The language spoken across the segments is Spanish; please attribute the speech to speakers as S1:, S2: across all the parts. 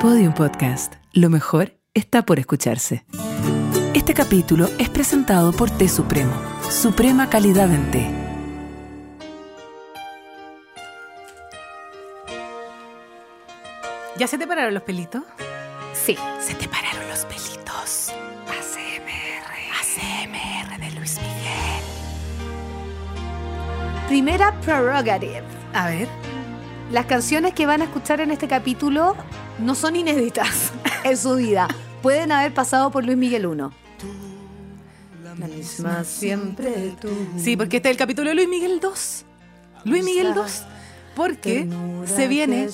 S1: Podium Podcast. Lo mejor está por escucharse. Este capítulo es presentado por Té Supremo. Suprema calidad en té. ¿Ya se te pararon los pelitos?
S2: Sí.
S1: Se te pararon los pelitos. ACMR. ACMR de Luis Miguel.
S2: Primera prerogative.
S1: A ver.
S2: Las canciones que van a escuchar en este capítulo no son inéditas en su vida. Pueden haber pasado por Luis Miguel I. La misma siempre tú.
S1: Sí, porque este es el capítulo de Luis Miguel 2. Luis Miguel 2. Porque se viene.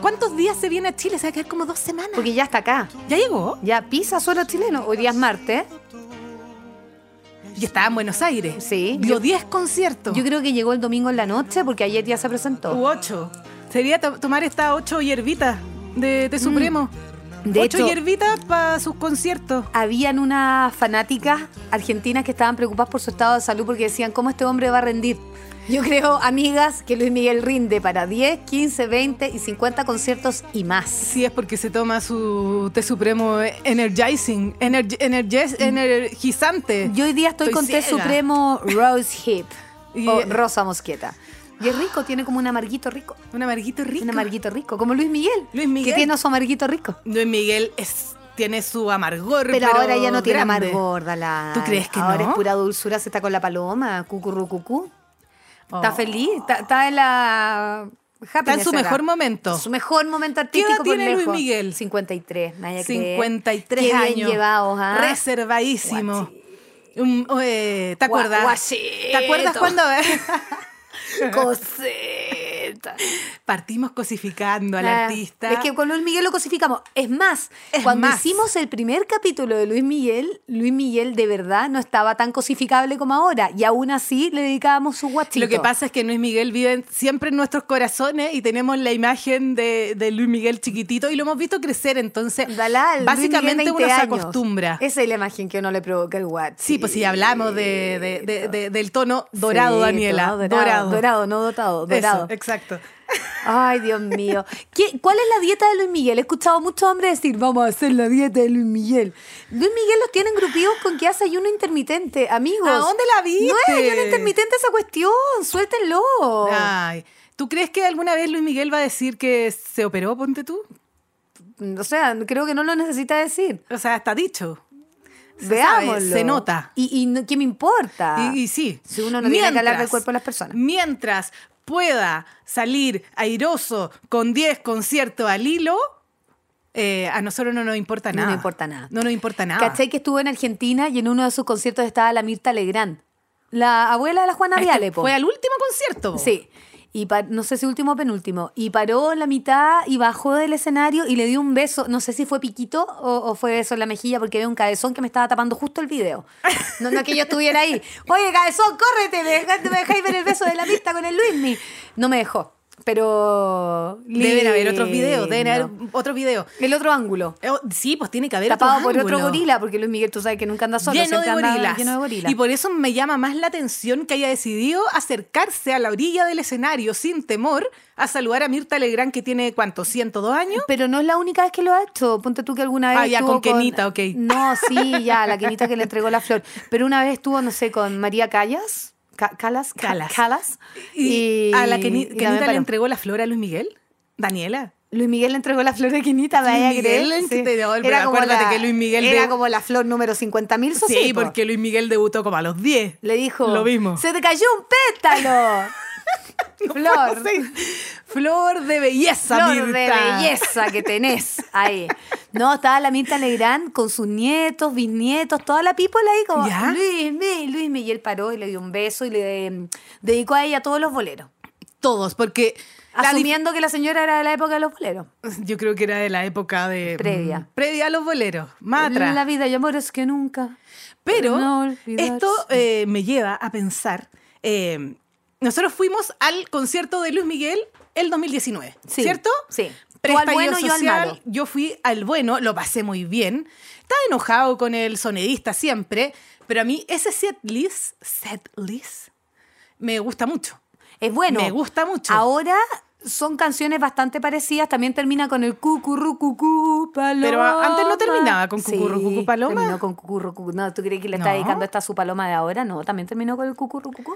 S1: ¿Cuántos días se viene a Chile? Se va a quedar como dos semanas.
S2: Porque ya está acá.
S1: ya llegó.
S2: Ya pisa suelo chileno. Hoy día es martes.
S1: Y estaba en Buenos Aires.
S2: Sí.
S1: Dio
S2: Yo-
S1: 10 conciertos.
S2: Yo creo que llegó el domingo en la noche porque ayer ya se
S1: U
S2: presentó.
S1: 8. Sería to- tomar estas 8 hierbitas de, de Supremo.
S2: Mm. De
S1: 8
S2: hecho-
S1: hierbitas para sus conciertos.
S2: Habían unas fanáticas argentinas que estaban preocupadas por su estado de salud porque decían, ¿cómo este hombre va a rendir? Yo creo, amigas, que Luis Miguel rinde para 10, 15, 20 y 50 conciertos y más.
S3: Sí, es porque se toma su té supremo energizing, energ- energes- energizante.
S2: Mm. Yo hoy día estoy,
S3: Estoy
S2: con té
S3: ciega.
S2: supremo Rose Hip
S3: Y-
S2: o Rosa Mosqueta. Y es rico, tiene como un amarguito rico.
S3: Un amarguito rico.
S2: Un amarguito rico, como Luis Miguel.
S3: Luis Miguel.
S2: Que tiene su amarguito rico.
S3: Luis Miguel es- tiene su amargor,
S2: Pero,
S3: pero,
S2: ahora ya no tiene
S3: grande.
S2: amargor, la.
S3: ¿Tú crees que
S2: ahora
S3: no?
S2: es pura dulzura, se está con la paloma, cucurrucucú. Está
S3: Oh.
S2: feliz, está, está en la.
S3: Está en
S2: happiness
S3: su
S2: era.
S3: mejor momento.
S2: Su mejor momento artístico
S3: edad
S2: por
S3: tiene Luis
S2: lejos.
S3: Miguel?
S2: 53, nadie cree.
S3: 53
S2: Qué
S3: años.
S2: bien llevados, ¿ah?
S3: Reservadísimo. Un- eh, ¿Te
S2: Gua-
S3: acuerdas?
S2: guachito.
S3: ¿Te acuerdas cuando eh,
S2: Coseta.
S3: partimos cosificando al
S2: Ah,
S3: artista?
S2: Es que con Luis Miguel lo cosificamos. Es más,
S3: Es
S2: cuando
S3: más.
S2: hicimos el primer capítulo de Luis Miguel, Luis Miguel de verdad no estaba tan cosificable como ahora. Y aún así le dedicábamos su guachito.
S3: Lo que pasa es que Luis Miguel vive en- siempre en nuestros corazones y tenemos la imagen de, de Luis Miguel chiquitito y lo hemos visto crecer, entonces
S2: Dalal,
S3: básicamente
S2: Luis Miguel,
S3: uno
S2: 20
S3: se
S2: años.
S3: acostumbra.
S2: Esa es la imagen que uno le provoca el guachito.
S3: Sí, pues si hablamos de, de- de- de- del tono dorado,
S2: Sí,
S3: Daniela.
S2: todo
S3: dorado.
S2: dorado, dorado, no dotado, dorado.
S3: Eso, exacto.
S2: Ay, Dios mío. ¿Qué- ¿Cuál es la dieta de Luis Miguel? He escuchado a muchos hombres decir, vamos a hacer la dieta de Luis Miguel. Luis Miguel los tienen grupidos con que hace ayuno intermitente, amigos.
S3: ¿A dónde la viste?
S2: No es ayuno intermitente esa cuestión, suéltenlo.
S3: Ay, ¿Tú crees que alguna vez Luis Miguel va a decir que se operó, ponte tú?
S2: O sea, creo que no lo necesita decir.
S3: O sea, está dicho. Se
S2: Veámoslo.
S3: sabe, se nota.
S2: ¿Y, y no- qué me importa?
S3: Y, y sí.
S2: Ah. Si uno no tiene que hablar del cuerpo de las personas.
S3: Mientras pueda salir airoso con 10 conciertos al hilo, eh, a nosotros no nos importa
S2: No
S3: nada.
S2: nos importa nada.
S3: No nos importa nada.
S2: ¿Cachai que estuvo en Argentina y en uno de sus conciertos estaba la Mirta Legrand? La abuela de la Juana
S3: Este
S2: Viale, po.
S3: Fue al último concierto.
S2: Sí. Y pa- no sé si último o penúltimo. Y paró en la mitad y bajó del escenario y le dio un beso. No sé si fue piquito o, o fue beso en la mejilla porque había un cabezón que me estaba tapando justo el video. No, no que yo estuviera ahí. Oye, cabezón, córrete, me dejaste- me dejáis ver el beso de la pista con el Luismi. No me dejó. Pero.
S3: Deben haber otros videos, deben haber
S2: lindo.
S3: otros videos.
S2: El otro ángulo.
S3: Eh, oh, Sí, pues tiene que haber
S2: Tapado por
S3: ángulo.
S2: otro gorila, porque Luis Miguel, tú sabes que nunca anda solo.
S3: Lleno de,
S2: siempre anda
S3: gorilas.
S2: Lleno de gorila.
S3: Y por eso me llama más la atención que haya decidido acercarse a la orilla del escenario sin temor a saludar a Mirta Legrand, que tiene, ¿cuánto? ¿102 años?
S2: Pero no es la única vez que lo ha hecho. Ponte tú que alguna vez.
S3: Ah, ya,
S2: estuvo
S3: con Kenita, ok.
S2: No, sí, ya, la Kenita que le entregó la flor. Pero una vez estuvo, no sé, con María Callas. Ca- Calas, Ca-
S3: Calas.
S2: Calas.
S3: Y, a la que
S2: y
S3: ni-
S2: también
S3: que Anita le
S2: paró.
S3: entregó la flor a Luis Miguel. Daniela.
S2: Luis Miguel le entregó la flor de Kenita, vaya a
S3: Luis
S2: creer,
S3: Miguel,
S2: sí.
S3: te- no, pero acuérdate que Luis Miguel
S2: era
S3: de-
S2: como la flor número 50.000
S3: Sí,
S2: socios.
S3: porque Luis Miguel debutó como a los 10.
S2: Le dijo.
S3: Lo mismo.
S2: ¡Se te cayó un pétalo!
S3: No
S2: flor.
S3: puedo ser- Flor de belleza,
S2: flor de
S3: Mirta.
S2: belleza que tenés ahí. No, estaba la Mirta Legrand con sus nietos, bisnietos, toda la people ahí como
S3: ¿Ya?
S2: Luis, Luis, Luis Miguel paró y le dio un beso y le mm, dedicó a ella todos los boleros.
S3: Todos, porque la
S2: Asumiendo que la señora era de la época de los boleros.
S3: dif- yo creo que era de la época de...
S2: Previa.
S3: mm, Previa a los boleros. Matra.
S2: La vida y amores que nunca.
S3: Pero
S2: No olvidarse.
S3: esto eh, me lleva a pensar, eh, nosotros fuimos al concierto de Luis Miguel el 2019,
S2: Sí,
S3: ¿cierto?
S2: sí. Tú al
S3: Preestallido
S2: bueno, yo al
S3: social,
S2: malo.
S3: yo fui al bueno, lo pasé muy bien. Estaba enojado con el sonidista siempre, pero a mí ese set list, set list, me gusta mucho.
S2: Es bueno.
S3: Me gusta mucho.
S2: Ahora son canciones bastante parecidas. También termina con el cucurru cucú paloma.
S3: Pero a- antes no terminaba con cucurru,
S2: Sí,
S3: cucú, paloma.
S2: Terminó con cucurru cucú. No, ¿tú crees que le está
S3: No.
S2: dedicando esta a su paloma de ahora? No, también terminó con el cucurru cucú.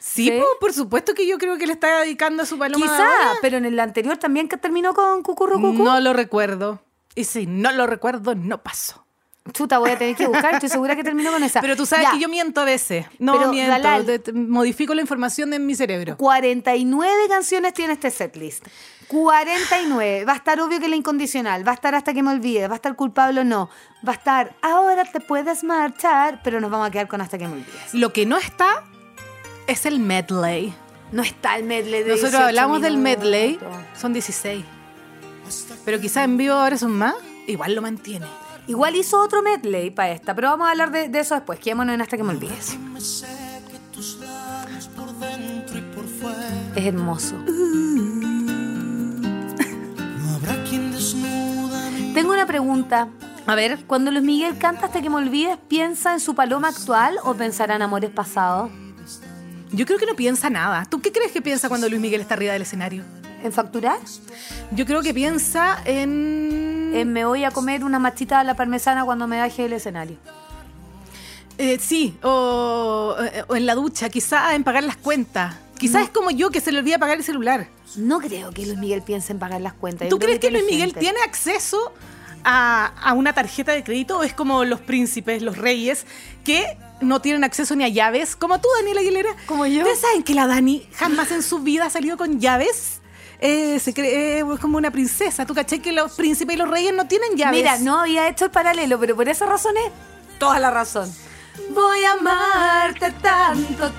S3: Sí,
S2: Sí.
S3: po, por supuesto que yo creo que le está dedicando a su paloma. de
S2: Quizá,
S3: ahora.
S2: pero en el anterior también que terminó con cucurru cucú.
S3: No lo recuerdo. Y si no lo recuerdo, no pasó.
S2: Chuta, voy a tener que buscar. Estoy segura que terminó con esa.
S3: Mm. Pero tú sabes
S2: Ya.
S3: que yo miento a veces. No
S2: Pero,
S3: miento,
S2: Dalal-
S3: de- te- modifico la información en mi cerebro.
S2: 49 canciones tiene este setlist. 49. Va a estar obvio que la incondicional. Va a estar hasta que me olvide. Va a estar culpable o no. Va a estar ahora te puedes marchar. Pero nos vamos a quedar con hasta que me olvides.
S3: Lo que no está es el medley.
S2: No está el medley de
S3: Nosotros
S2: 18
S3: hablamos del
S2: minutos.
S3: medley, son 16. Pero quizás en vivo ahora son más, igual lo mantiene.
S2: Igual hizo otro medley para esta. Pero vamos a hablar de, de eso después. Quedémonos en hasta que me olvides.
S4: Me sé que tus labios por dentro y por fuera
S2: Es hermoso. Uh.
S4: no habrá quien desnuda mi
S2: Tengo una pregunta. A ver, cuando Luis Miguel canta hasta que me olvides, ¿piensa en su paloma actual o pensará en amores pasados?
S3: Yo creo que no piensa nada. ¿Tú qué crees que piensa cuando Luis Miguel está arriba del escenario?
S2: ¿En facturar?
S3: Yo creo que piensa en...
S2: Eh, me voy a comer una machita a la parmesana cuando me baje del escenario.
S3: eh, sí, o, eh, o en la ducha, quizás en pagar las cuentas. Quizás es como yo que se le olvida pagar el celular.
S2: No creo que Luis Miguel piense en pagar las cuentas. Yo
S3: ¿Tú
S2: creo
S3: crees que Luis Miguel
S2: inteligente.
S3: tiene acceso a, a una tarjeta de crédito? ¿O es como los príncipes, los reyes, que no tienen acceso ni a llaves? Como tú, Daniela Aguilera.
S2: Como yo.
S3: ¿Ustedes saben que la Dani jamás en su vida ha salido con llaves? Eh, se cree, eh, es como una princesa. ¿Tú caché que los príncipes y los reyes no tienen llaves?
S2: Mira, no había hecho el paralelo, pero por esa razón es toda la razón. Voy a amarte tanto,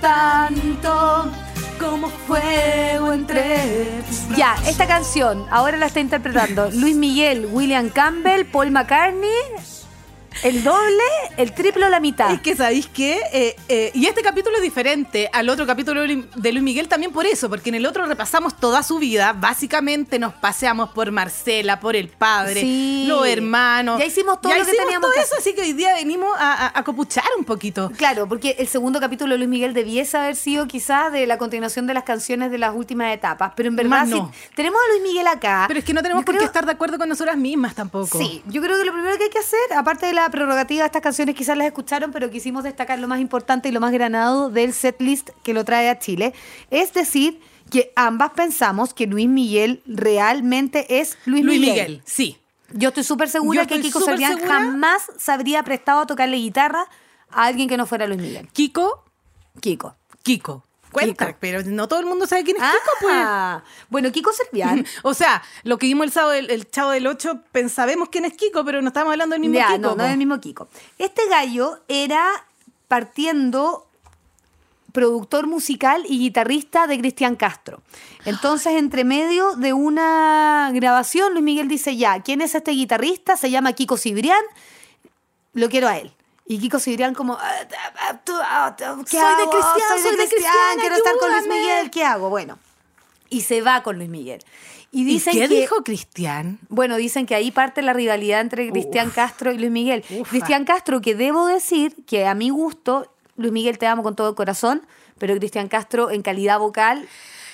S2: tanto, como fuego entre... Ya, esta canción, ahora la está interpretando Luis Miguel, William Campbell, Paul McCartney, el doble, el triple o la mitad.
S3: Es que sabéis que, y este capítulo es diferente al otro capítulo de Luis Miguel también por eso, porque en el otro repasamos toda su vida, básicamente nos paseamos por Marcela, por el padre,
S2: Sí.
S3: los hermanos.
S2: Ya hicimos todo lo que
S3: hicimos
S2: teníamos
S3: todo
S2: que
S3: eso, así que hoy día venimos a, a- a copuchar un poquito.
S2: Claro, porque el segundo capítulo de Luis Miguel debiese haber sido quizás de la continuación de las canciones de las últimas etapas, pero en verdad
S3: Más no.
S2: si tenemos a Luis Miguel acá.
S3: Pero es que no tenemos
S2: Ah, yo
S3: por qué
S2: creo-
S3: estar de acuerdo con nosotras mismas tampoco.
S2: Sí, yo creo que lo primero que hay que hacer, aparte de la prerrogativa de estas canciones, quizás las escucharon, pero quisimos destacar lo más importante y lo más granado del setlist que lo trae a Chile, es decir que ambas pensamos que Luis Miguel realmente es Luis,
S3: Luis
S2: Miguel.
S3: Miguel, sí.
S2: Yo estoy súper segura
S3: Yo
S2: que
S3: estoy
S2: Kiko
S3: súper
S2: Sorian
S3: segura.
S2: jamás se habría prestado a tocarle guitarra a alguien que no fuera Luis Miguel.
S3: Kiko,
S2: Kiko.
S3: Kiko. Cuenta,
S2: Kiko.
S3: pero no todo el mundo sabe quién es Kiko, pues.
S2: Ah, Bueno, Kiko Servián.
S3: O sea, lo que vimos el sábado, el, el chavo del 8, sabemos quién es Kiko, pero no estamos hablando del mismo
S2: ya,
S3: Kiko.
S2: no, no
S3: po.
S2: es el mismo Kiko. Este gallo era partiendo productor musical y guitarrista de Cristian Castro. Entonces, entre medio de una grabación, Luis Miguel dice, ya, ¿quién es este guitarrista? Se llama Kiko Cibrián, lo quiero a él. Y Kiko Cibrián como, "Ah, ah, ah, tú, ah, tú, ¿qué
S3: Soy de
S2: hago?
S3: Cristian, soy de Cristian,
S2: quiero estar con Luis
S3: ayúdame".
S2: Miguel, ¿qué hago? Bueno, y se va con Luis Miguel. Y
S3: ¿Y
S2: dicen
S3: qué
S2: que,
S3: dijo Cristian?
S2: Bueno, dicen que ahí parte la rivalidad entre Cristian Castro y Luis Miguel.
S3: Ufa.
S2: Cristian Castro, que debo decir que a mi gusto, Luis Miguel te amo con todo el corazón, pero Cristian Castro en calidad vocal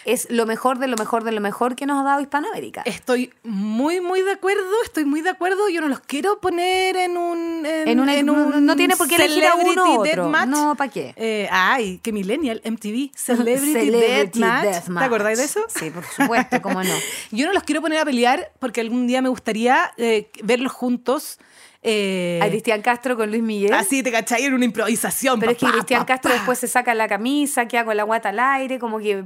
S2: es lo mejor de lo mejor de lo mejor que nos ha dado Hispanoamérica.
S3: Estoy muy, muy de acuerdo, estoy muy de acuerdo. Yo no los quiero poner en un. En,
S2: En una-
S3: en
S2: no- no tiene por qué elegir a uno u
S3: Celebrity
S2: otro.
S3: Deathmatch.
S2: No, ¿pa' qué?
S3: Eh, ay, qué millennial, MTV. Celebrity, Deathmatch. ¿Te acordáis de eso?
S2: Sí, por supuesto, cómo no.
S3: Yo no los quiero poner a pelear porque algún día me gustaría eh, verlos juntos. eh,
S2: A Cristian Castro con Luis Miguel.
S3: así, ¿te cachai? En una improvisación.
S2: Pero es
S3: pa,
S2: que
S3: pa,
S2: Cristian
S3: pa,
S2: Castro
S3: pa.
S2: después se saca la camisa, queda con la guata al aire, como que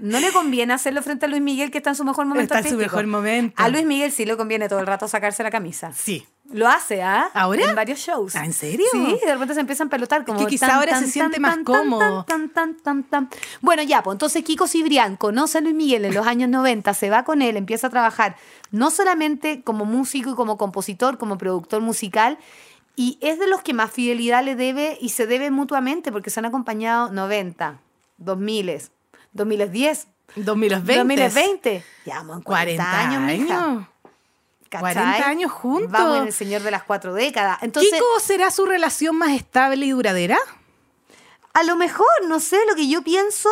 S2: no le conviene hacerlo frente a Luis Miguel que está en su mejor momento.
S3: Está en su
S2: artístico.
S3: mejor momento.
S2: A Luis Miguel sí le conviene todo el rato sacarse la camisa.
S3: Sí.
S2: Lo hace, ¿ah?
S3: ¿Ahora?
S2: En varios shows.
S3: Ah, ¿en serio?
S2: Sí, de repente se empiezan a pelotar como
S3: que quizá ahora se siente más cómodo.
S2: tan, tan, tan, tan. Bueno, ya, pues entonces Kiko Cibrián conoce a Luis Miguel en los años 90, se va con él, empieza a trabajar no solamente como músico y como compositor, como productor musical, y es de los que más fidelidad le debe y se debe mutuamente porque se han acompañado 90, 2000, 2010,
S3: 2020.
S2: 2020. Ya, vamos en 40, años, mija.
S3: años.
S2: ¿Cachai?
S3: 40 años juntos.
S2: Vamos en el señor de las cuatro décadas. Entonces,
S3: ¿Kiko será su relación más estable y duradera?
S2: a lo mejor, no sé, lo que yo pienso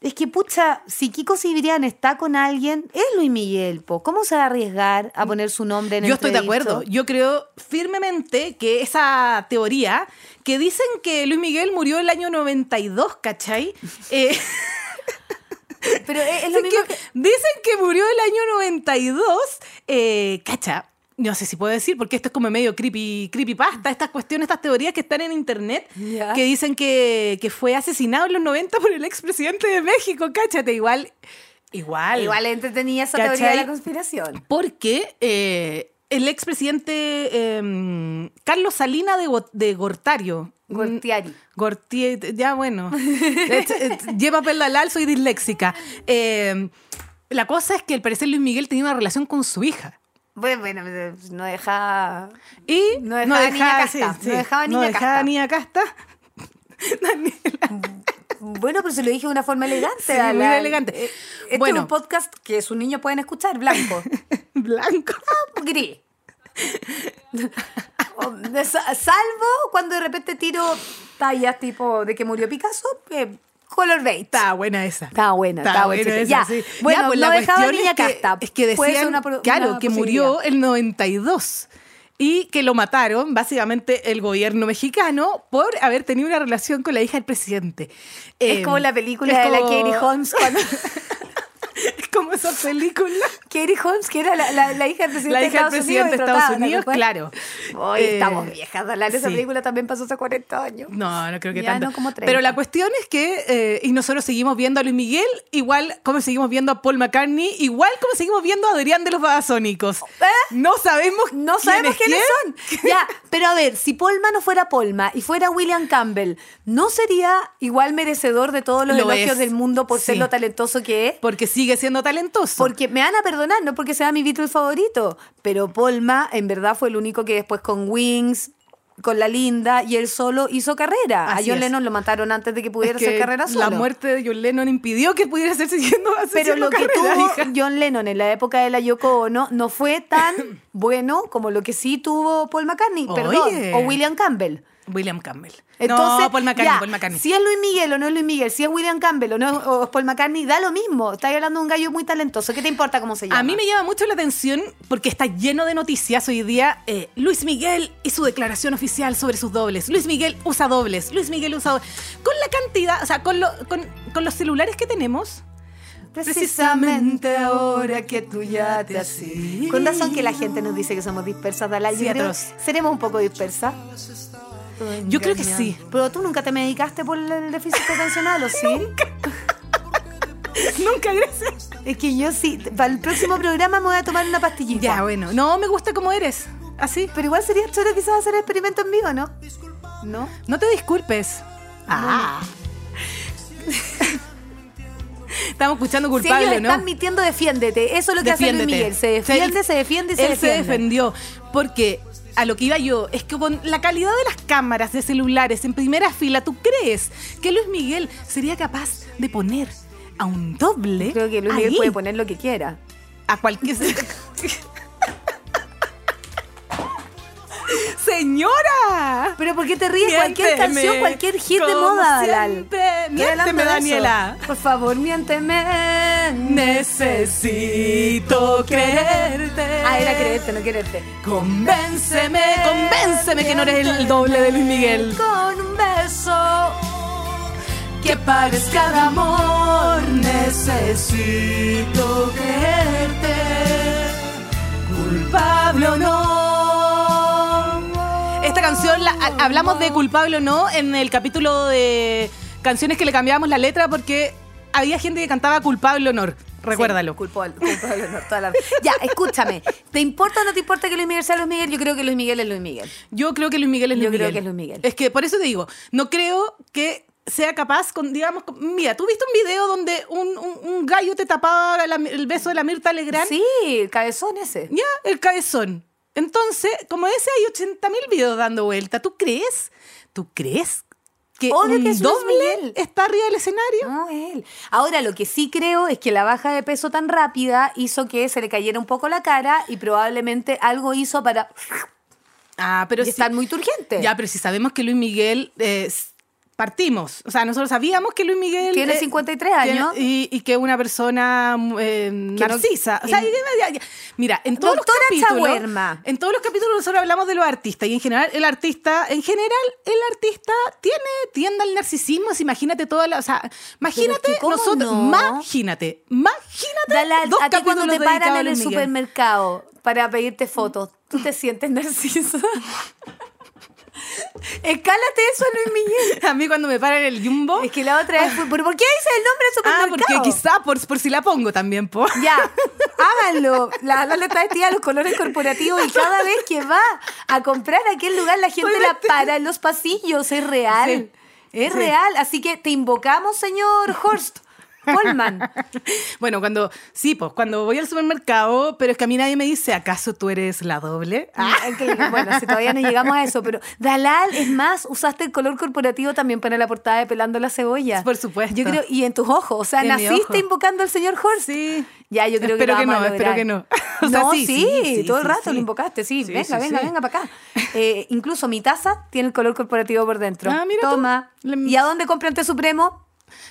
S2: Es que, pucha, si Kiko Cibrián está con alguien, es Luis Miguel, po. ¿Cómo se va a arriesgar a poner su nombre en el
S3: Yo estoy de acuerdo. Yo creo firmemente que esa teoría que dicen que Luis Miguel murió el año 92, ¿cachai? Eh,
S2: Pero es, es lo mismo
S3: que- Dicen que murió el año 92. Eh, cacha, no sé si puedo decir, porque esto es como medio creepy, creepypasta, estas cuestiones, estas teorías que están en internet,
S2: Ya.
S3: que dicen que, que fue asesinado en los 90 por el expresidente de México, cáchate, igual, igual.
S2: que- Igual entretenía esa teoría de
S3: ¿Cachai?
S2: la conspiración.
S3: Porque eh, el expresidente eh, Carlos Salina de, Go- de Gortario.
S2: Gortiari.
S3: Gortier, ya bueno. Et- et- Lleva perlalal, soy disléxica. Eh, la cosa es que al parecer Luis Miguel tenía una relación con su hija.
S2: Bueno, bueno, pues, no deja.
S3: Y
S2: No dejaba niña casta, no dejaba niña casta.
S3: niña casta.
S2: Bueno, pero se lo dije de una forma elegante.
S3: Sí,
S2: a
S3: muy
S2: la-
S3: elegante.
S2: Eh, Este
S3: Bueno.
S2: es un podcast que sus niños pueden escuchar, blanco.
S3: Blanco.
S2: gris. O- de- sa- Salvo cuando de repente tiro tallas tipo de que murió Picasso, eh, color beige.
S3: Está buena esa.
S2: Está buena, está buena.
S3: esa,
S2: Ya,
S3: sí.
S2: bueno,
S3: Ya, pues,
S2: no
S3: la
S2: dejaba
S3: cuestión
S2: niña
S3: es que,
S2: casta.
S3: Es que
S2: Puede ser
S3: decían,
S2: una pro- pues
S3: claro,
S2: una
S3: que murió el 92 y que lo mataron, básicamente, el gobierno mexicano por haber tenido una relación con la hija del presidente.
S2: Es
S3: Eh,
S2: como la película
S3: es
S2: de la
S3: como-
S2: Katie Holmes cuando
S3: Es como esa película.
S2: Katie Holmes, que era la, la- la hija del presidente
S3: La hija del
S2: de Estados Unidos.
S3: presidente de
S2: y
S3: Estados
S2: trataba, ¿no?
S3: Unidos,
S2: ¿Te acuerdas?
S3: claro.
S2: Hoy
S3: Eh,
S2: estamos viejas, Dalal. Esa
S3: sí.
S2: película también pasó hace 40 años.
S3: No, no creo que
S2: Ya
S3: tanto.
S2: no como 30.
S3: Pero la cuestión es que, eh, y nosotros seguimos viendo a Luis Miguel, igual como seguimos viendo a Paul McCartney, igual como seguimos viendo a Adrián de los Babasónicos. No sabemos
S2: ¿Eh? No
S3: quién
S2: sabemos
S3: es
S2: quiénes
S3: quién.
S2: son. Ya, pero a ver, si Polma no fuera Polma y fuera William Campbell, ¿no sería igual merecedor de todos los
S3: Lo
S2: elogios
S3: es.
S2: del mundo por ser
S3: Sí.
S2: lo talentoso que es?
S3: Porque sigue siendo talentoso.
S2: Porque me van a perdonar, no porque sea mi Beatle favorito, pero Polma en verdad fue el único que después con Wings, con La Linda y él solo hizo carrera.
S3: Así
S2: a John
S3: es.
S2: Lennon lo mataron antes de que
S3: Es
S2: pudiera
S3: que
S2: hacer carrera solo.
S3: La muerte de John Lennon impidió que pudiera ser siguiendo
S2: Pero
S3: haciendo
S2: lo que
S3: carrera,
S2: tuvo
S3: hija.
S2: John Lennon en la época de la Yoko Ono no fue tan bueno como lo que sí tuvo Paul McCartney, perdón,
S3: Oye.
S2: o William Campbell.
S3: William Campbell.
S2: Entonces,
S3: no, Paul McCartney,
S2: ya,
S3: Paul McCartney.
S2: si es Luis Miguel o no es Luis Miguel, si es William Campbell o no es- o es Paul McCartney, da lo mismo. Estás hablando de un gallo muy talentoso. ¿Qué te importa cómo se llama?
S3: A mí me llama mucho la atención porque está lleno de noticias hoy día. eh, Luis Miguel y su declaración oficial sobre sus dobles. Luis Miguel usa dobles. Luis Miguel usa dobles. Con la cantidad, o sea, con, lo- con, con los celulares que tenemos.
S2: Precisamente ahora que tú ya te has ido. Con razón que la gente nos dice que somos dispersas, Dalai. Yo
S3: Sí,
S2: creo-
S3: atroz.
S2: ¿Seremos un poco dispersas?
S3: Yo creo que sí.
S2: Pero tú nunca te medicaste por el déficit atencional, ¿o sí?
S3: Nunca, gracias.
S2: Es que yo sí. Para el próximo programa me voy a tomar una pastillita. ¿Ah,
S3: Ya, bueno. No, me gusta como eres. Así.
S2: Pero igual sería choro quizás hacer experimentos míos, ¿no? ¿No?
S3: No te disculpes. Ah. Estamos escuchando culpable,
S2: si ellos
S3: ¿no?
S2: están mintiendo, defiéndete. Eso es lo que hace Luis
S3: Defiéndete.
S2: Miguel. Se defiende, se defiende y se
S3: Él
S2: defiende.
S3: se defendió porque a lo que iba yo es que con la calidad de las cámaras de celulares en primera fila, ¿tú crees que Luis Miguel sería capaz de poner a un doble?
S2: Creo que Luis
S3: ahí?
S2: Miguel puede poner lo que quiera.
S3: a cualquier Señora.
S2: Pero ¿por qué te ríes? Cualquier
S3: Miénteme,
S2: canción, cualquier hit de
S3: como
S2: moda, Dalal.
S3: siempre.
S2: Estoy hablando
S3: Miénteme,
S2: de eso.
S3: Daniela.
S2: Por favor, miénteme.
S3: Necesito creerte.
S2: Ah, era creerte, no quererte.
S3: Convénceme, convénceme que no eres el doble de Luis Miguel.
S2: Con un beso.
S3: que parezca de amor. Necesito creerte, culpable o no. Esta canción, la- ha- hablamos de culpable o no en el capítulo de canciones que le cambiábamos la letra porque había gente que cantaba culpable honor. Recuérdalo.
S2: Sí, culpo al- culpo al honor, toda la- Ya, escúchame. ¿Te importa o no te importa que Luis Miguel sea Luis Miguel? Yo creo que Luis Miguel es Luis Miguel.
S3: Yo creo que Luis Miguel es Luis
S2: Yo creo
S3: Miguel.
S2: que es Luis Miguel.
S3: Es que por eso te digo, no creo que sea capaz con, digamos, con- mira, ¿tú viste un video donde un, un- un gallo te tapaba la- el beso de la Mirta Legrand?
S2: Sí, cabezón ese.
S3: Ya, el cabezón. Entonces, como ese hay 80.000 videos dando vuelta, ¿tú crees? ¿Tú crees que
S2: Obvio
S3: un
S2: que es Luis Miguel.
S3: doble está arriba del escenario?
S2: No, él. Ahora, lo que sí creo es que la baja de peso tan rápida hizo que se le cayera un poco la cara y probablemente algo hizo para
S3: Ah, pero
S2: estar muy turgente.
S3: Ya, pero si sabemos que Luis Miguel eh, s- partimos. O sea, nosotros sabíamos que Luis Miguel.
S2: Tiene
S3: eh,
S2: 53 años.
S3: tiene- y, y que una persona eh, narcisa. O sea,
S2: en-
S3: ya- ya- ya. mira, en todos
S2: Doctora
S3: los capítulos.
S2: Chaguerma.
S3: En todos los capítulos nosotros hablamos de los artistas. Y en general, el artista, en general, el artista tiene tienda al narcisismo. así, imagínate toda la. O sea, imagínate
S2: Pero es que, ¿cómo
S3: nosotros.
S2: no?
S3: Imagínate. Imagínate.
S2: Dala,
S3: dos
S2: a ti cuando
S3: capítulos
S2: te paran
S3: dedicados a
S2: en el
S3: Luis Miguel.
S2: supermercado para pedirte fotos, ¿tú te sientes narciso? Escálate eso a Luis Miguel.
S3: A mí cuando me paran en el jumbo.
S2: Es que la otra vez fue, ¿pero por qué dices el nombre del
S3: Ah,
S2: supermercado?
S3: porque quizá por, por si la pongo también, po.
S2: Ya, háganlo. La Lala está vestida de los colores corporativos y cada vez que va a comprar a aquel lugar la gente la para en los pasillos. Es real.
S3: este- Sí,
S2: Es
S3: sí.
S2: real. Así que te invocamos, señor Horst. Polman.
S3: Ah. Bueno, cuando, sí, pues cuando voy al supermercado, pero es que a mí nadie me dice, ¿acaso tú eres la doble? Ah,
S2: Ok, Bueno, si todavía no llegamos a eso, pero Dalal, es más, usaste el color corporativo también para la portada de Pelando la Cebolla.
S3: Por supuesto.
S2: Yo creo, y en tus ojos, o sea,
S3: En mi ojo.
S2: naciste invocando al señor Horst.
S3: sí.
S2: Ya, yo creo
S3: Espero
S2: que,
S3: que
S2: lo vamos
S3: no,
S2: a
S3: espero
S2: lograr.
S3: que no. O sea,
S2: no,
S3: sí,
S2: sí,
S3: sí, sí,
S2: todo el
S3: sí,
S2: rato
S3: sí.
S2: lo invocaste, sí,
S3: Sí,
S2: venga,
S3: sí,
S2: venga,
S3: sí.
S2: venga para acá. Eh, incluso mi taza tiene el color corporativo por dentro.
S3: Ah, mira tú.
S2: Toma.
S3: Le-
S2: ¿Y a dónde compré ante Supremo?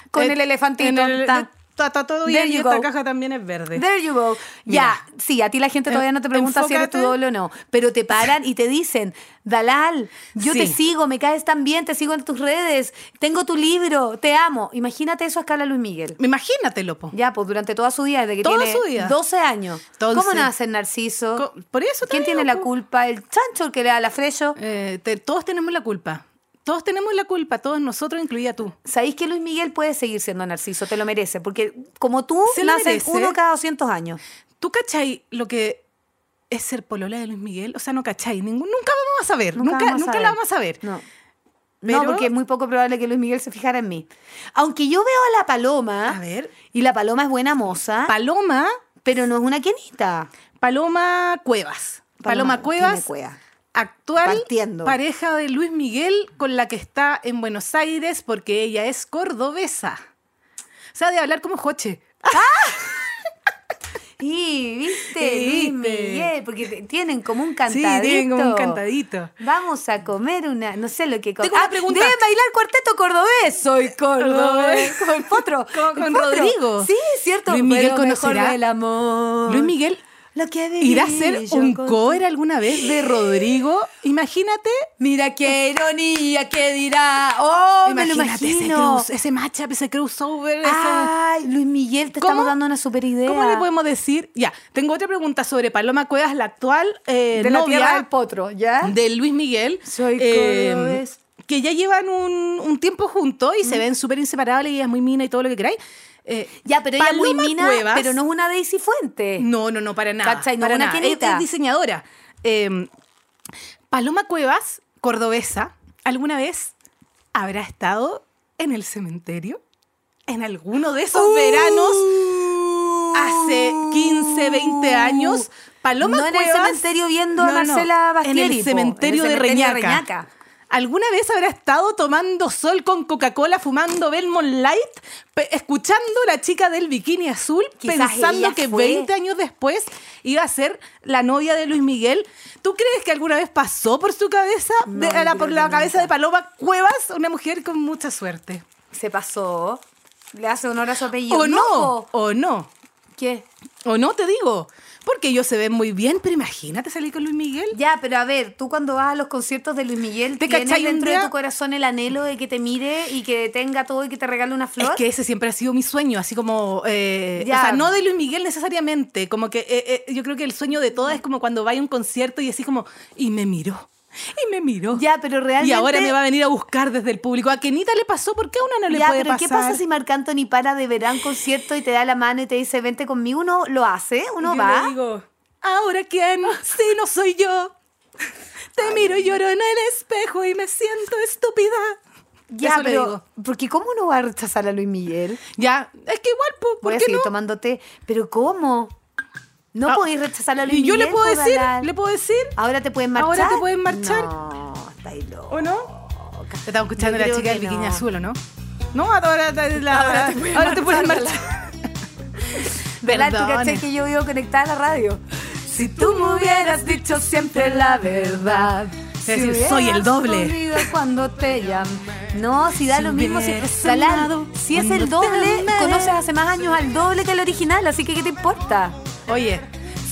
S2: Con
S3: Eh,
S2: el elefantito.
S3: en el-
S2: Ta.
S3: ta- ta- todo
S2: There
S3: bien, y
S2: you
S3: esta
S2: go.
S3: caja también es verde.
S2: There you go.
S3: Mira.
S2: Ya, sí, a ti la gente todavía no te pregunta si eres tu
S3: Enfócate.
S2: doble o no, pero te paran y te dicen, Dalal, yo te
S3: Sí.
S2: sigo, me caes tan bien, te sigo en tus redes, tengo tu libro, te amo. Imagínate eso a escala Luis Miguel.
S3: Imagínatelo, po.
S2: Ya, pues durante toda su vida, desde que
S3: Toda
S2: tiene
S3: su vida.
S2: 12 años.
S3: Entonces-
S2: ¿Cómo nace el narciso?
S3: Co- Por eso te
S2: ¿Quién
S3: digo,
S2: tiene la
S3: po.
S2: culpa? ¿El chancho el que le da la frello?
S3: Eh, te- todos tenemos la culpa. Todos tenemos la culpa, todos nosotros, incluida tú.
S2: ¿Sabéis que Luis Miguel puede seguir siendo narciso? Te lo merece, porque como tú,
S3: Se lo
S2: nacen
S3: merece.
S2: uno cada 200 años.
S3: ¿Tú cachai lo que es ser polola de Luis Miguel? O sea, no cachai. Ningún, nunca vamos a saber. Nunca, nunca,
S2: vamos a
S3: la
S2: saber.
S3: vamos a saber.
S2: No.
S3: Pero-
S2: No, porque es muy poco probable que Luis Miguel se fijara en mí. Aunque yo veo a la paloma,
S3: A ver.
S2: y la paloma es buena moza,
S3: Paloma,
S2: pero no es una quienita.
S3: Paloma Cuevas. Paloma,
S2: tiene
S3: Cuevas.
S2: cueva.
S3: actual
S2: Partiendo.
S3: pareja de Luis Miguel con la que está en Buenos Aires porque ella es cordobesa. O sea, de hablar como Joche.
S2: Y, viste,
S3: Y
S2: Luis
S3: viste.
S2: Miguel, porque te- tienen como un
S3: Sí,
S2: cantadito.
S3: tienen como un cantadito.
S2: Vamos a comer una, no sé lo que Ah,
S3: Tengo una pregunta.
S2: Deben bailar cuarteto cordobés. Soy cordobés. Con el potro.
S3: Con-
S2: el
S3: con
S2: potro.
S3: Rodrigo.
S2: Sí, cierto.
S3: Luis Miguel
S2: pero mejor
S3: conocerá-
S2: del amor.
S3: Luis Miguel
S2: Lo que viví
S3: irá a hacer
S2: yo
S3: un
S2: con-
S3: cover alguna vez de Rodrigo. Imagínate.
S2: Mira qué ironía que dirá. Oh, me lo
S3: Ah. imagínate ese,
S2: imagino. Ah,
S3: cruz, ese matchup, ese crossover. ese-
S2: Ay, Luis Miguel, te
S3: ¿Cómo?
S2: estamos dando una super idea.
S3: ¿Cómo le podemos decir? Ya, tengo otra pregunta sobre Paloma Cuevas, la actual eh,
S2: de la
S3: novia
S2: tierra del potro, ¿ya?
S3: de Luis Miguel.
S2: Ah.
S3: eh,
S2: Soy cordobés.
S3: que ya llevan un, un tiempo juntos y se ven súper inseparables y ella es muy mina y todo lo que queráis. Eh,
S2: Ya, pero ella es muy
S3: Paloma
S2: mina,
S3: Cuevas-
S2: pero no es una Daisy Fuente.
S3: No, no, no, para nada.
S2: ¿Cachai? No,
S3: para
S2: una
S3: nada. Es,
S2: querida.
S3: es diseñadora. Eh, Paloma Cuevas, cordobesa, ¿alguna vez habrá estado en el cementerio? En alguno de
S2: Uh.
S3: esos veranos hace 15, 20
S2: Uh.
S3: años. Paloma
S2: No en el
S3: Cuevas-
S2: cementerio viendo a Marcela Bastieri,
S3: En
S2: po.
S3: el cementerio
S2: En el
S3: de
S2: cementerio
S3: Reñaca.
S2: de Reñaca.
S3: ¿Alguna vez habrá estado tomando sol con Coca-Cola, fumando Belmont Light, pe- escuchando la chica del bikini azul,
S2: Quizás
S3: pensando
S2: ella
S3: que
S2: fue.
S3: 20 años después iba a ser la novia de Luis Miguel? ¿Tú crees que alguna vez pasó por su cabeza, de-
S2: No,
S3: a la-
S2: yo
S3: por
S2: creo
S3: la
S2: que
S3: cabeza
S2: nunca.
S3: de Paloma Cuevas, una mujer con mucha suerte?
S2: Se pasó. Le hace honor a su apellido.
S3: ¿O no?
S2: po.
S3: ¿O no?
S2: ¿Qué?
S3: ¿O no te digo? Porque ellos se ven muy bien, pero imagínate salir con Luis Miguel.
S2: Ya, pero a ver, tú cuando vas a los conciertos de Luis Miguel,
S3: ¿Te
S2: ¿Te ¿tienes
S3: cachai un
S2: dentro
S3: día?
S2: de tu corazón el anhelo de que te mire y que tenga todo y que te regale una flor?
S3: Es que ese siempre ha sido mi sueño, así como. eh,
S2: Ya.
S3: O sea, no de Luis Miguel necesariamente. Como que eh, eh, yo creo que el sueño de todas es como cuando vaya a un concierto y así como. Y me miró. Y me miró.
S2: Ya, pero realmente...
S3: y ahora me va a venir a buscar desde el público. A Kenita le pasó, ¿por qué a una no le
S2: ya,
S3: puede
S2: pero
S3: pasar?
S2: ¿qué pasa si Marc Anthony para de verán concierto y te da la mano y te dice, vente conmigo? Uno lo hace, uno
S3: Yo
S2: va.
S3: le digo, ¿ahora quién? Si no soy yo. Te miro y lloro en el espejo y me siento estúpida.
S2: ya,
S3: Eso le
S2: pero
S3: digo.
S2: porque ¿cómo uno va a rechazar a Luis Miguel?
S3: Ya, es que igual, po, ¿por
S2: Voy a
S3: qué
S2: seguir
S3: no?
S2: tomando té. ¿Pero cómo? No
S3: Ah,
S2: podéis rechazar a Luis
S3: Y yo
S2: Miguel. pues,
S3: le puedo
S2: po,
S3: decir,
S2: Dalal.
S3: le puedo decir,
S2: Ahora te pueden marchar.
S3: Ahora te pueden marchar.
S2: No, estáis loco.
S3: ¿o no? Te estaba escuchando
S2: Yo
S3: la
S2: creo
S3: chica
S2: que
S3: del bikini
S2: no.
S3: azul, ¿o no? No, ahora, te- la- ahora te pueden marchar.
S2: Dalal, tú
S3: Perdone.
S2: cachai que yo vivo conectada a la radio.
S3: Si tú me hubieras dicho siempre la verdad. Es decir, soy el doble.
S2: corrido cuando te llaman. No, si da
S3: Si
S2: lo mismo. Si,
S3: hubieras
S2: Talal,
S3: amado
S2: si es el
S3: cuando te
S2: doble,
S3: amé.
S2: conoces hace más años al doble que al original, así que ¿qué te importa?
S3: Oye,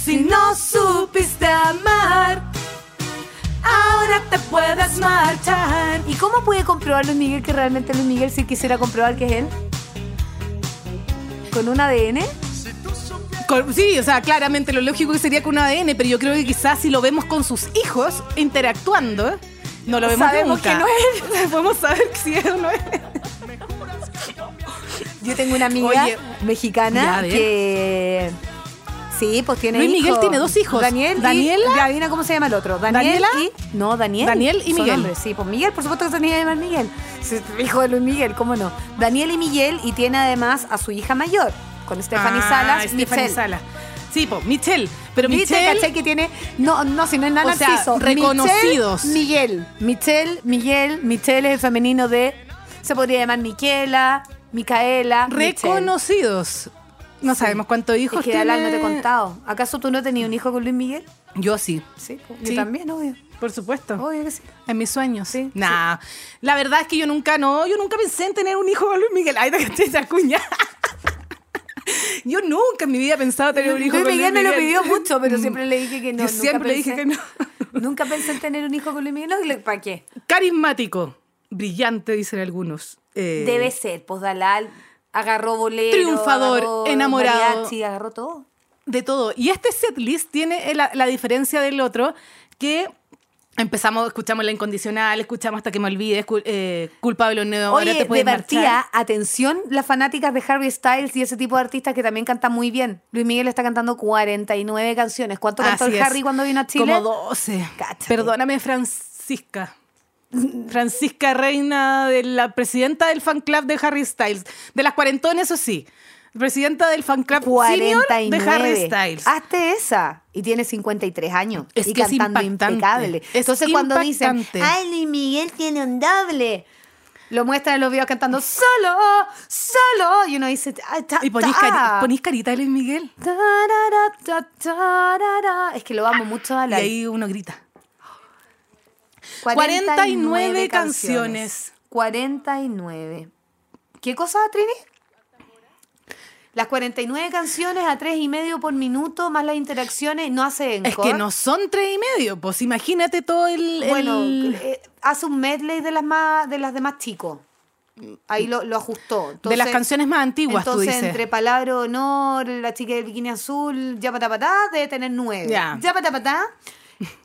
S3: si no supiste amar, ahora te puedes marchar.
S2: ¿Y cómo puede comprobar Luis Miguel que realmente Luis Miguel si quisiera comprobar que es él? ¿Con un ADN?
S3: Con- Sí, o sea, claramente lo lógico que sería con un ADN, pero yo creo que quizás si lo vemos con sus hijos interactuando, no lo vemos
S2: Sabemos
S3: nunca.
S2: que no
S3: es. Podemos saber si es o no es.
S2: Yo tengo una amiga
S3: Oye. Ya, a
S2: mexicana
S3: ver.
S2: que. Sí, pues tiene.
S3: Luis Miguel
S2: hijo.
S3: tiene dos hijos.
S2: Daniel. y-
S3: ¿Daniela?
S2: y adivina cómo se llama el otro. Daniel
S3: ¿Daniela?
S2: y. No, Daniel.
S3: Daniel y
S2: Son
S3: Miguel.
S2: hombres, sí, pues Miguel, por supuesto que se tenía que llamar Miguel. Sí, Hijo de Luis Miguel, ¿cómo no? Daniel y Miguel, y tiene además a su hija mayor, con Stephanie
S3: Ah,
S2: Salas.
S3: Stephanie
S2: Michelle.
S3: Salas. Sí, po, Michelle. Pero
S2: Viste,
S3: Michelle.
S2: ¿cachai? Que tiene. No, no, si no es nada
S3: O sea,
S2: Narciso.
S3: reconocidos.
S2: Michel, Miguel. Michel, Miguel. Michel es el femenino de. Se podría llamar Miquela, Micaela. Michel.
S3: reconocidos. No sabemos cuántos hijos
S2: Es que
S3: tiene.
S2: Dalal, no te he contado. ¿Acaso tú no tenías un hijo con Luis Miguel?
S3: Yo sí,
S2: Sí, pues,
S3: Sí.
S2: yo también, obvio.
S3: por supuesto.
S2: Obvio que sí.
S3: En mis sueños.
S2: Sí,
S3: Nah. La verdad es que yo nunca, no, yo nunca pensé en tener un hijo con Luis Miguel. Ay, te esa cuña. Yo nunca en mi vida he pensado tener un hijo
S2: Luis
S3: con Luis
S2: Miguel me
S3: Miguel. Mm.
S2: lo pidió mucho, pero siempre le dije que no.
S3: Yo
S2: nunca
S3: siempre le dije
S2: pensé-
S3: que no.
S2: Nunca pensé en tener un hijo con Luis Miguel. No, le- ¿Para qué?
S3: Carismático, brillante, dicen algunos. Eh,
S2: Debe ser, pues Dalal agarró bolero.
S3: Triunfador,
S2: agarró
S3: enamorado.
S2: mariachi, agarró todo.
S3: de todo. Y este setlist tiene eh, la, la diferencia del otro que empezamos, escuchamos La Incondicional, escuchamos Hasta que me olvide, escu- eh, Culpable o No, ahora
S2: Oye,
S3: te
S2: de
S3: puedes marchar.
S2: partida, atención, las fanáticas de Harry Styles y ese tipo de artistas que también cantan muy bien. Luis Miguel está cantando 49 canciones. ¿Cuánto cantó
S3: Así
S2: el
S3: es.
S2: Harry cuando vino a Chile?
S3: Como 12.
S2: Cáchate.
S3: Perdóname, Francisca. Francisca Reina, de la presidenta del fan club de Harry Styles. De las cuarentones, eso sí. Presidenta del fan club senior
S2: 49.
S3: de Harry Styles.
S2: Hazte esa. Y tiene 53 años.
S3: Es
S2: y
S3: que es
S2: cantando
S3: impactante.
S2: impecable.
S3: Es
S2: Entonces cuando dicen,
S3: impactante.
S2: ay, Luis Miguel tiene un doble. Lo muestran en los videos cantando solo, solo. Y uno dice, "Ah, ta,
S3: y ponís,
S2: ta".
S3: cari- ponís carita de Luis Miguel.
S2: Tarara, ta, tarara. Es que lo amo mucho a
S3: Y
S2: la
S3: ahí uno grita. 49 canciones.
S2: 49. ¿Qué cosa, Trini? Las 49 canciones a tres y medio por minuto, más las interacciones, no hace
S3: Es
S2: encore.
S3: que no son tres y medio, pues imagínate todo el.
S2: Bueno,
S3: el-
S2: eh, hace un medley de las más de las demás chicos. Ahí lo, lo ajustó.
S3: de las
S2: Entonces-
S3: canciones más antiguas, tú
S2: entonces,
S3: dices.
S2: entre Palabra Honor, La Chica del Bikini Azul, Ya Patapatá, debe tener nueve.
S3: Ya.
S2: Ya Patapatá.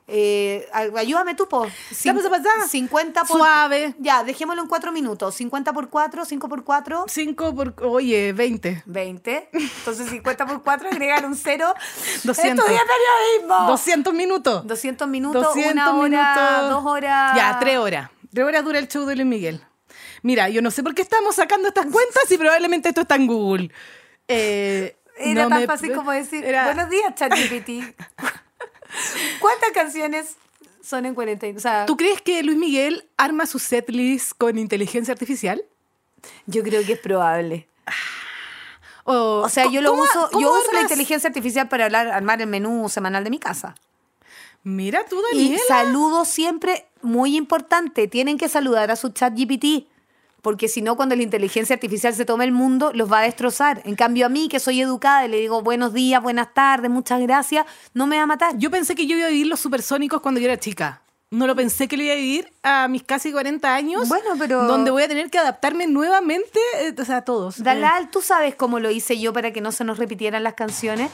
S2: Eh, ay- ayúdame tú, po. Cin-
S3: Patapatá.
S2: 50 por...
S3: Suave.
S2: Ya, dejémoslo en cuatro minutos. 50 por 4, 5 por 4,
S3: Cinco por. Oye, 20.
S2: 20. Entonces, 50 por 4, agregar un 0.
S3: 200.
S2: Estudié periodismo.
S3: 200 minutos.
S2: 200 minutos,
S3: 200
S2: una hora,
S3: minutos.
S2: dos horas.
S3: Ya, tres horas. Tres horas dura el show de Luis Miguel. Mira, yo no sé por qué estamos sacando estas cuentas y probablemente esto está en Google. Eh,
S2: Era
S3: no
S2: tan
S3: me-
S2: fácil como decir,
S3: era-
S2: buenos días, ChatGPT. ¿Cuántas canciones son en 40? O sea,
S3: ¿Tú crees que Luis Miguel arma su setlist con inteligencia artificial?
S2: yo creo que es probable.
S3: O,
S2: O sea, yo lo
S3: ¿Cómo-
S2: uso,
S3: cómo
S2: yo uso la
S3: armas?
S2: inteligencia artificial para hablar, armar el menú semanal de mi casa.
S3: Ah, Mira tú,
S2: Y
S3: Daniela.
S2: saludo siempre, muy importante, tienen que saludar a su chat GPT. Porque si no, cuando la inteligencia artificial se tome el mundo, los va a destrozar. En cambio, a mí, que soy educada y le digo buenos días, buenas tardes, muchas gracias, no me va a matar.
S3: Yo pensé que yo iba a vivir los supersónicos cuando yo era chica. No lo pensé que lo iba a vivir a mis casi 40 años.
S2: Bueno, pero-
S3: Donde voy a tener que adaptarme nuevamente eh, o sea, a todos. Eh,
S2: Dalal, ¿tú sabes cómo lo hice yo para que no se nos repitieran las canciones?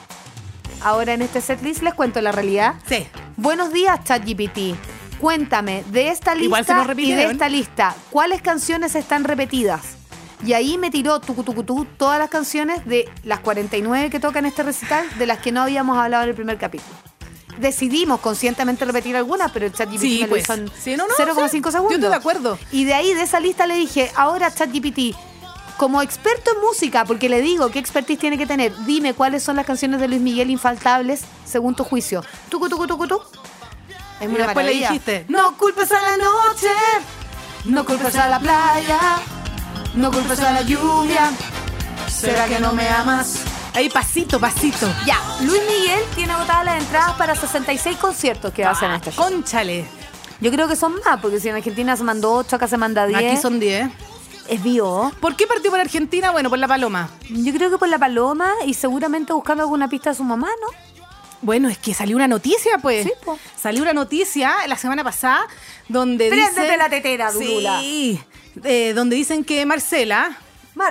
S2: Ahora en este setlist les cuento la realidad.
S3: Sí.
S2: Buenos días, ChatGPT. Cuéntame de esta
S3: Igual se nos
S2: lista y de
S3: repitieron.
S2: esta lista, ¿cuáles canciones están repetidas? Y ahí me tiró tucu, tucu, tucu, todas las canciones de las 49 que tocan este recital, de las que no habíamos hablado en el primer capítulo. Decidimos conscientemente repetir algunas, pero el ChatGPT
S3: Sí,
S2: me lo
S3: pues.
S2: hizo en
S3: Sí, no, no,
S2: 0,5
S3: sí. Yo
S2: segundos.
S3: estoy de acuerdo.
S2: Y de ahí, de esa lista, le dije, ahora ChatGPT, como experto en música, porque le digo qué expertise tiene que tener, dime cuáles son las canciones de Luis Miguel infaltables según tu juicio. Tucu, tucu, tucu, tucu. Es
S3: Y
S2: una
S3: después le
S2: maravilla.
S3: dijiste,
S2: no culpes a la noche, no culpes a la playa, no culpes a la lluvia.
S3: ¿Será que no me amas? Ahí, pasito, pasito.
S2: Ya,
S3: Ah,
S2: Luis Miguel tiene agotadas las entradas para 66 conciertos que va a hacer en este show.
S3: Conchale.
S2: Yo creo que son más, porque si en Argentina se mandó 8, acá se manda 10.
S3: Aquí son 10.
S2: Es bio.
S3: ¿Por qué partió por Argentina? Bueno, por la paloma.
S2: Yo creo que por la paloma y seguramente buscando alguna pista de su mamá, ¿no?
S3: Bueno, es que salió una noticia, pues.
S2: Sí, po.
S3: Salió una noticia la semana pasada donde
S2: Préndete
S3: dicen-
S2: la tetera, Durula.
S3: Sí. eh, donde dicen que Marcela...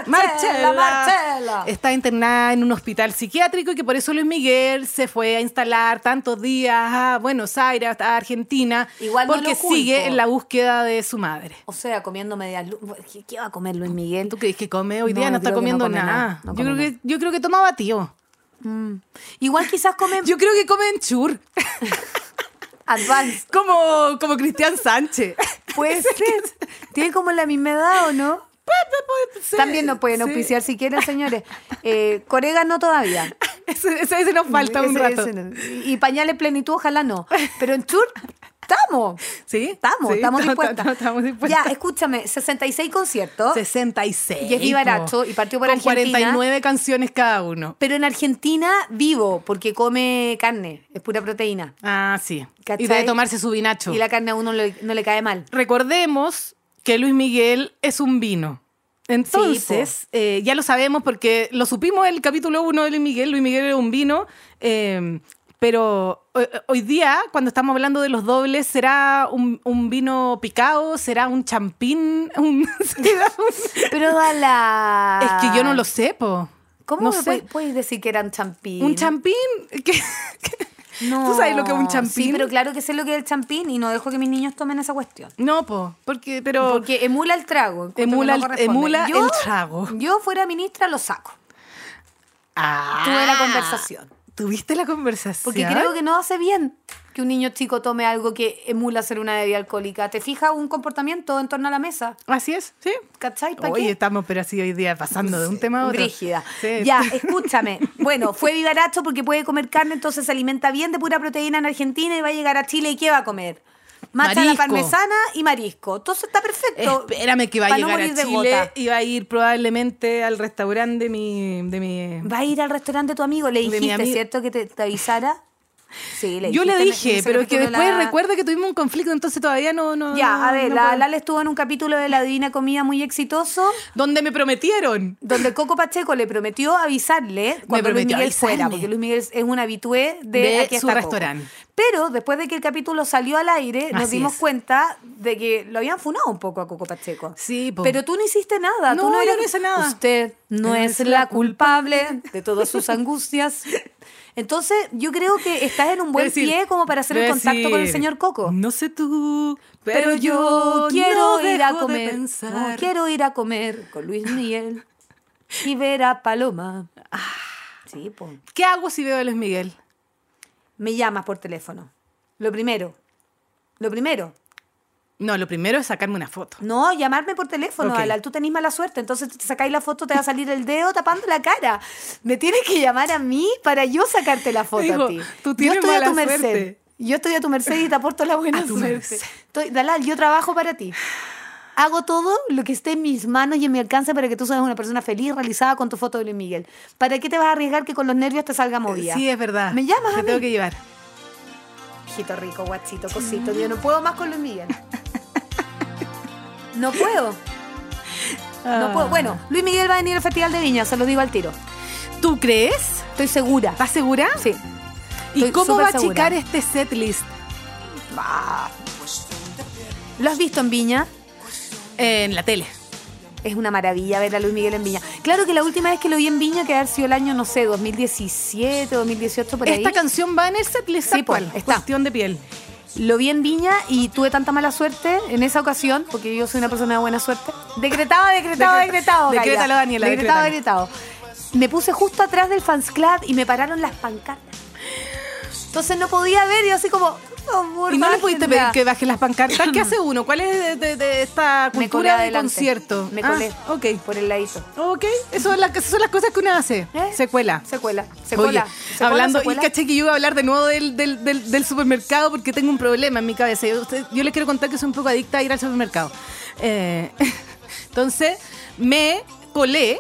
S2: Marcela, Marcela.
S3: Está internada en un hospital psiquiátrico y que por eso Luis Miguel se fue a instalar tantos días a Buenos Aires, a Argentina,
S2: Igual no lo
S3: porque
S2: culpo.
S3: sigue en la búsqueda de su madre.
S2: O sea, comiendo medias lu- ¿Qué, qué va a comer Luis Miguel?
S3: ¿Tú crees que come? Hoy
S2: No,
S3: día no
S2: yo
S3: está
S2: creo que
S3: comiendo
S2: no come
S3: nada.
S2: nada, no
S3: yo,
S2: come
S3: creo que, yo creo que toma batido.
S2: Igual quizás comen
S3: Yo creo que come enchur,
S2: advance.
S3: como, como Cristian Sánchez.
S2: Puede ser. Tienen como la misma edad, ¿o no? También nos pueden
S3: Sí.
S2: auspiciar si quieren, señores. Eh, Corega no todavía.
S3: Ese, ese- ese nos falta un
S2: Ese-
S3: rato.
S2: ese no. Y, y pañales plenitud, ojalá no. Pero en Chur, estamos.
S3: ¿Sí?
S2: Estamos,
S3: Sí,
S2: estamos
S3: ta- ta-
S2: dispuestas.
S3: ta- estamos dispuestas.
S2: Ya, escúchame, 66 conciertos.
S3: 66.
S2: Y es vivaracho,
S3: po.
S2: y partió por
S3: Con
S2: Argentina.
S3: 49 canciones cada uno.
S2: Pero en Argentina vivo, porque come carne, es pura proteína.
S3: Ah, sí.
S2: ¿Cachai?
S3: Y debe tomarse su vinacho.
S2: Y la carne a uno le- no le cae mal.
S3: Recordemos que Luis Miguel es un vino. Entonces, eh, ya lo sabemos porque lo supimos en el capítulo 1 de Luis Miguel. Luis Miguel era un vino. eh, pero ho- hoy día, cuando estamos hablando de los dobles, ¿será un, un vino picado? ¿Será un champín? Un- será un-
S2: Pero da la.
S3: Es que yo no lo sé, po.
S2: Ah. ¿Cómo
S3: no
S2: me
S3: sé.
S2: puedes, puedes decir que eran champín?
S3: ¿Un champín? ¿Qué- qué-
S2: No.
S3: ¿Tú sabes lo que es un champín?
S2: Sí, pero claro que sé lo que es el champín y no dejo que mis niños tomen esa cuestión.
S3: No, po, porque, pero...
S2: Porque emula el trago. encuentro que
S3: Emula
S2: no
S3: el-
S2: corresponde.
S3: emula el trago.
S2: Yo fuera ministra lo saco.
S3: Ah.
S2: Tuve la conversación.
S3: ¿Tuviste la conversación?
S2: Porque creo que no hace bien que un niño chico tome algo que emula ser una bebida alcohólica. Te fija un comportamiento en torno a la mesa.
S3: Así es, sí.
S2: ¿Cachai? ¿Pa
S3: Oye,
S2: qué?
S3: estamos, pero así hoy día pasando de un tema a otro.
S2: Brígida.
S3: Sí.
S2: Ya, escúchame. Bueno, fue vivaracho porque puede comer carne, entonces se alimenta bien de pura proteína en Argentina y va a llegar a Chile y ¿qué va a comer? Macha a la
S3: Marisco.
S2: parmesana y marisco. Entonces está perfecto.
S3: Espérame que va a
S2: Pa' no
S3: llegar
S2: morir
S3: a
S2: de
S3: Chile
S2: gota.
S3: y va a ir probablemente al restaurante de mi... De mi...
S2: Va a ir al restaurante tu amigo, le
S3: De mi
S2: dijiste,
S3: ami-
S2: ¿cierto? Que te, te avisara. Sí, le
S3: Yo le
S2: dijiste, me-
S3: dije,
S2: me
S3: pero es que
S2: sacaste uno
S3: después
S2: la-
S3: recuerda que tuvimos un conflicto, entonces todavía no... no
S2: Ya, a
S3: no-
S2: ver,
S3: no
S2: la
S3: puedo-
S2: Lala estuvo en un capítulo de La Divina Comida muy exitoso,
S3: Donde me prometieron.
S2: donde Coco Pacheco le prometió avisarle cuando Luis
S3: prometió
S2: Miguel fuera,
S3: avisarle.
S2: porque Luis Miguel es un habitué de,
S3: De
S2: aquí
S3: su
S2: está Coco.
S3: restaurante.
S2: Pero después de que el capítulo salió al aire, nos
S3: Así
S2: dimos
S3: es.
S2: cuenta de que lo habían funado un poco a Coco Pacheco.
S3: Sí, po.
S2: Pero tú no hiciste nada. tú
S3: No, yo
S2: eres-
S3: no hice nada.
S2: Usted no
S3: No
S2: es
S3: hice
S2: la
S3: nada.
S2: culpable de todas sus angustias. Entonces, yo creo que estás en un buen
S3: Decir-
S2: pie como para hacer un
S3: decir,
S2: contacto con el señor Coco.
S3: No sé tú,
S2: Pero yo quiero
S3: no
S2: ir a
S3: dejo de
S2: comer.
S3: pensar.
S2: no, quiero ir a comer con Luis Miguel y ver a Paloma. Sí, po.
S3: ¿Qué hago si veo a Luis Miguel?
S2: Me llamas por teléfono. Lo primero. Lo primero.
S3: No, lo primero es sacarme una foto.
S2: No, llamarme por teléfono.
S3: Ok.
S2: Alal, tú tenés mala suerte. Entonces te sacáis la foto, te va a salir el dedo tapando la cara. Me tienes que llamar a mí para yo sacarte la foto
S3: Digo,
S2: a ti.
S3: tú tienes
S2: yo estoy a
S3: mala
S2: tu merced.
S3: suerte.
S2: Yo estoy a tu merced y te aporto la buena
S3: A tu
S2: suerte.
S3: merced.
S2: Estoy- Dalal, yo trabajo para ti. Hago todo lo que esté en mis manos y en mi alcance para que tú seas una persona feliz, realizada con tu foto de Luis Miguel. ¿Para qué te vas a arriesgar que con los nervios te salga movida?
S3: Sí, es verdad.
S2: ¿Me llamas
S3: Te
S2: a mí?
S3: tengo que llevar.
S2: Hijito rico, guachito, cosito. Yo no puedo más con Luis Miguel. No puedo. No
S3: Ah.
S2: puedo. Bueno, Luis Miguel va a venir al Festival de Viña, se lo digo al tiro.
S3: ¿Tú crees?
S2: Estoy segura.
S3: ¿Estás segura?
S2: Sí.
S3: ¿Y
S2: Estoy
S3: cómo
S2: súper
S3: va a achicar
S2: segura.
S3: este setlist?
S2: ¿Lo has visto en Viña?
S3: En la tele.
S2: Es una maravilla ver a Luis Miguel en Viña. Claro que la última vez que lo vi en Viña, que ha sido el año, no sé, 2017, 2018, por
S3: Esta
S2: ahí.
S3: canción va en el setlist
S2: Sí,
S3: actual.
S2: pues, está.
S3: Cuestión de piel.
S2: Lo vi en Viña y tuve tanta mala suerte en esa ocasión, porque yo soy una persona de buena suerte. Decretado, decretado,
S3: Decreta-
S2: decretado. Gaia.
S3: Decrétalo, Daniela,
S2: Decretado,
S3: decrétalo.
S2: decretado. Me puse justo atrás del fans club y me pararon las pancartas. Entonces no podía ver, yo así como, por favor,
S3: ¿Y no le
S2: bájenla.
S3: pudiste pedir que baje las pancartas? ¿Qué hace uno? ¿Cuál es de, de- de esta
S2: Me colé
S3: cultura de
S2: adelante.
S3: concierto?
S2: Me
S3: Ah,
S2: colé.
S3: ok.
S2: Por el ladito.
S3: Ok. Eso es la- esas son las cosas que uno hace.
S2: ¿Eh?
S3: Secuela.
S2: Secuela. Secuela.
S3: Oye,
S2: secuela,
S3: hablando,
S2: secuela.
S3: y caché que yo iba a hablar de nuevo del, del- del- del supermercado porque tengo un problema en mi cabeza. Yo, usted- yo les quiero contar que soy un poco adicta a ir al supermercado. Eh, entonces, me colé,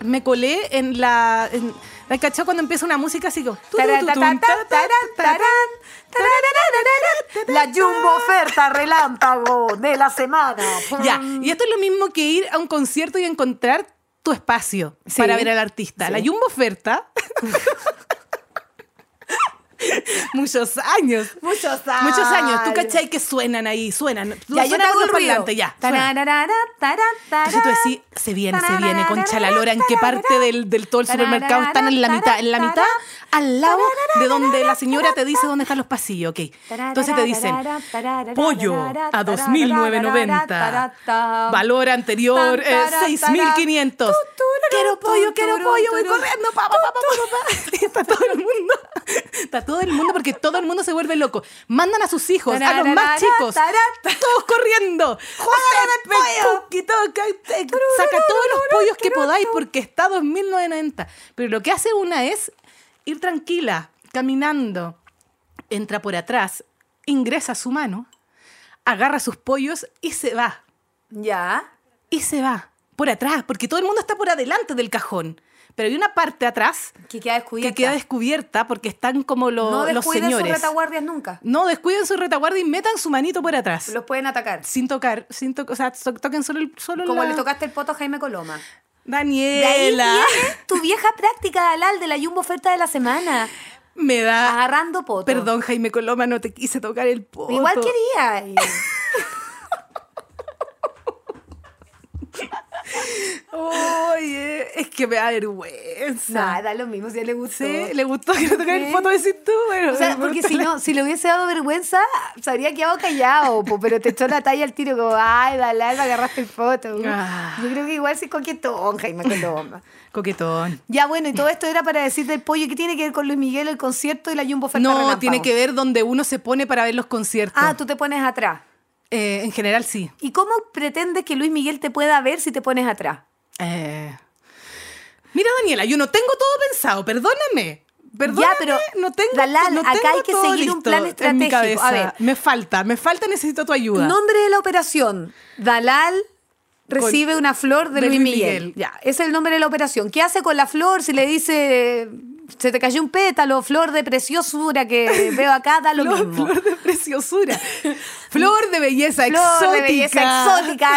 S3: me colé en la... En, ¿hay cachado cuando empieza una música así como...
S2: Taratatán, tarán, tarán, tarararararán,
S3: te
S2: La jumbo oferta relámpago de la semana.
S3: Ya, y esto es lo mismo que ir a un concierto y encontrar tu espacio para ver al artista. La Jumbo Oferta. Muchos años.
S2: Muchos años.
S3: Muchos años. Tú cachai que suenan ahí, suenan.
S2: Ya, yo te
S3: suenan
S2: hago
S3: con
S2: el
S3: los
S2: ruido.
S3: parlantes, ya. suena.
S2: Tararara, tarara,
S3: Entonces tú decís,
S2: tarara.
S3: se viene, se viene, concha la lora, en qué parte del, del todo el supermercado están en la mitad, en la mitad, al lado de donde la señora te dice dónde están los pasillos, ok. Entonces te dicen, pollo a 2.990, valor anterior eh, 6.500, quiero pollo, quiero pollo, voy corriendo, pa, pa, pa, pa, pa, pa. Y está todo el mundo, está todo el mundo porque todo el mundo se vuelve loco. Mandan a sus hijos, a los más chicos, todos corriendo. José,
S2: pollo.
S3: Cookie, todo, ca- te- saca todos los pollos que podáis porque está a 2.990. Pero lo que hace una es ir tranquila, caminando. Entra por atrás, ingresa su mano, agarra sus pollos y se va.
S2: Ya.
S3: Y se va. Por atrás, porque todo el mundo está por adelante del cajón. Pero hay una parte atrás
S2: Que queda
S3: que
S2: descubierta.
S3: queda descubierta porque están como lo-
S2: No
S3: los
S2: descuiden sus
S3: señores.
S2: retaguardias nunca.
S3: no descuiden su retaguardia y metan su manito por atrás.
S2: Los pueden atacar.
S3: Sin tocar, sin to- o sea, so- toquen solo el solo
S2: Como
S3: la-
S2: le tocaste el poto a Jaime Coloma. De ahí
S3: Daniela.
S2: viene tu vieja práctica, Dalal, de la Jumbo Oferta de la Semana.
S3: Me da.
S2: Agarrando poto.
S3: Ah, Perdón, Jaime Coloma, no te quise tocar el poto.
S2: Igual quería. Y-
S3: Oye, es que me da vergüenza.
S2: Nada, da lo mismo si a él le gustó.
S3: Sí, le gustó que le tocara el poto, decís tú. Bueno,
S2: O sea,
S3: me
S2: porque
S3: gustó
S2: si
S3: la-
S2: no, si le hubiese dado vergüenza, se habría quedado callado, po, pero te echó la talla al tiro como, ay, Dalal, me agarraste el foto.
S3: Ah.
S2: Yo creo que igual se coquetón, Jaime Coloma.
S3: Coquetón.
S2: Ya, bueno, y todo esto era para decir del pollo. ¿Qué tiene que ver con Luis Miguel, el concierto y la Jumbo Oferta
S3: No,
S2: Relámpago?
S3: tiene que ver donde uno se pone para ver los conciertos.
S2: Ah, tú te pones atrás.
S3: Eh, en general, sí.
S2: ¿Y cómo pretendes que Luis Miguel te pueda ver si te pones atrás?
S3: Eh, Mira, Daniela, yo no tengo todo pensado, perdóname. Perdóname,
S2: pero,
S3: no tengo,
S2: Dalal,
S3: no
S2: acá
S3: tengo
S2: hay que
S3: todo
S2: seguir un
S3: listo
S2: plan
S3: en mi
S2: estratégico. A
S3: cabeza.
S2: ver.
S3: Me falta, me falta, necesito tu ayuda.
S2: Nombre de la operación. Dalal recibe una flor de, Luis Miguel.
S3: Miguel.
S2: Ya, ese es el nombre de la operación. ¿Qué hace con la flor si le dice se te cayó un pétalo, flor de preciosura que veo acá, da lo
S3: flor,
S2: mismo?
S3: flor de preciosura. flor de belleza
S2: Flor
S3: exótica.
S2: de belleza exótica,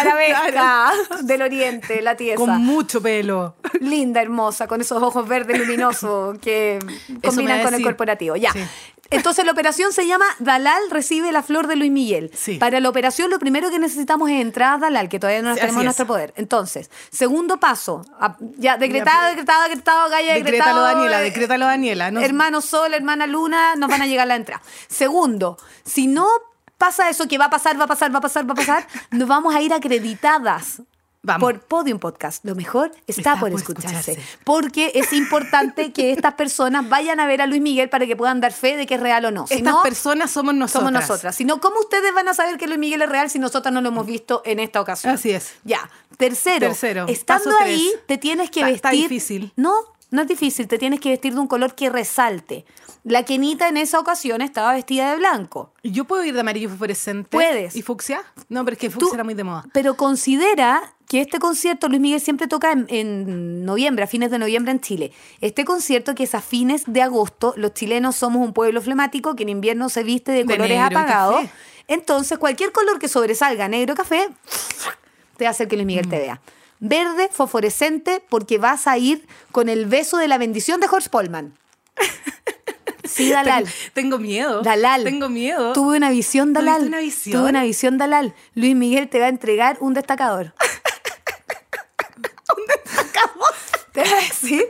S2: arabesca,
S3: Claro.
S2: del oriente, la tiesa.
S3: Con mucho pelo.
S2: Linda, hermosa, con esos ojos verdes luminosos que combinan
S3: va a
S2: con el
S3: decir.
S2: corporativo. Ya.
S3: Sí.
S2: Entonces la operación se llama Dalal recibe la flor de Luis Miguel.
S3: Sí.
S2: Para la operación lo primero que necesitamos es entrar a Dalal, que todavía no las
S3: Sí,
S2: tenemos
S3: así
S2: en nuestro
S3: es.
S2: poder. Entonces, segundo paso, a- ya decretado, decretado, decretado, Gaya,
S3: Decrétalo,
S2: decretado.
S3: Daniela,
S2: eh,
S3: decrétalo, Daniela. No,
S2: Hermano Sol, hermana Luna, nos van a llegar la entrada. Segundo, si no pasa eso que va a pasar, va a pasar, va a pasar, va a pasar, nos vamos a ir acreditadas.
S3: Vamos.
S2: Por Podium Podcast. Lo mejor está, por, escucharse.
S3: escucharse.
S2: Porque es importante que estas personas vayan a ver a Luis Miguel para que puedan dar fe de que es real o no. Si
S3: Estas
S2: no,
S3: personas somos nosotras.
S2: somos nosotras. Si no, ¿cómo ustedes van a saber que Luis Miguel es real si nosotras no lo hemos visto en esta ocasión?
S3: Así es.
S2: Ya. Tercero,
S3: Tercero,
S2: estando
S3: paso
S2: ahí,
S3: tres.
S2: te tienes que
S3: Está-
S2: vestir.
S3: está difícil.
S2: No, no es difícil. Te tienes que vestir de un color que resalte. La Kenita en esa ocasión estaba vestida de blanco.
S3: ¿Yo puedo ir de amarillo fluorescente?
S2: Puedes.
S3: ¿Y fucsia? No, pero es que
S2: Tú-
S3: fucsia era muy de moda.
S2: Pero considera que este concierto, Luis Miguel siempre toca en, en noviembre, a fines de noviembre en Chile. Este concierto que es a fines de agosto, los chilenos somos un pueblo flemático que en invierno se viste de,
S3: De
S2: colores
S3: negro y
S2: apagados.
S3: café.
S2: Entonces, cualquier color que sobresalga, negro café, te va a hacer que Luis Miguel
S3: Mm.
S2: te vea. Verde, fosforescente, porque vas a ir con el beso de la bendición de Horst Polman. Sí, Dalal.
S3: Tengo miedo.
S2: Dalal.
S3: Tengo miedo.
S2: Tuve una visión,
S3: ¿Tuviste
S2: Dalal.
S3: una visión?
S2: Tuve una visión, Dalal. Luis Miguel te va a entregar un destacador. ¿Un destacador? Te va a decir,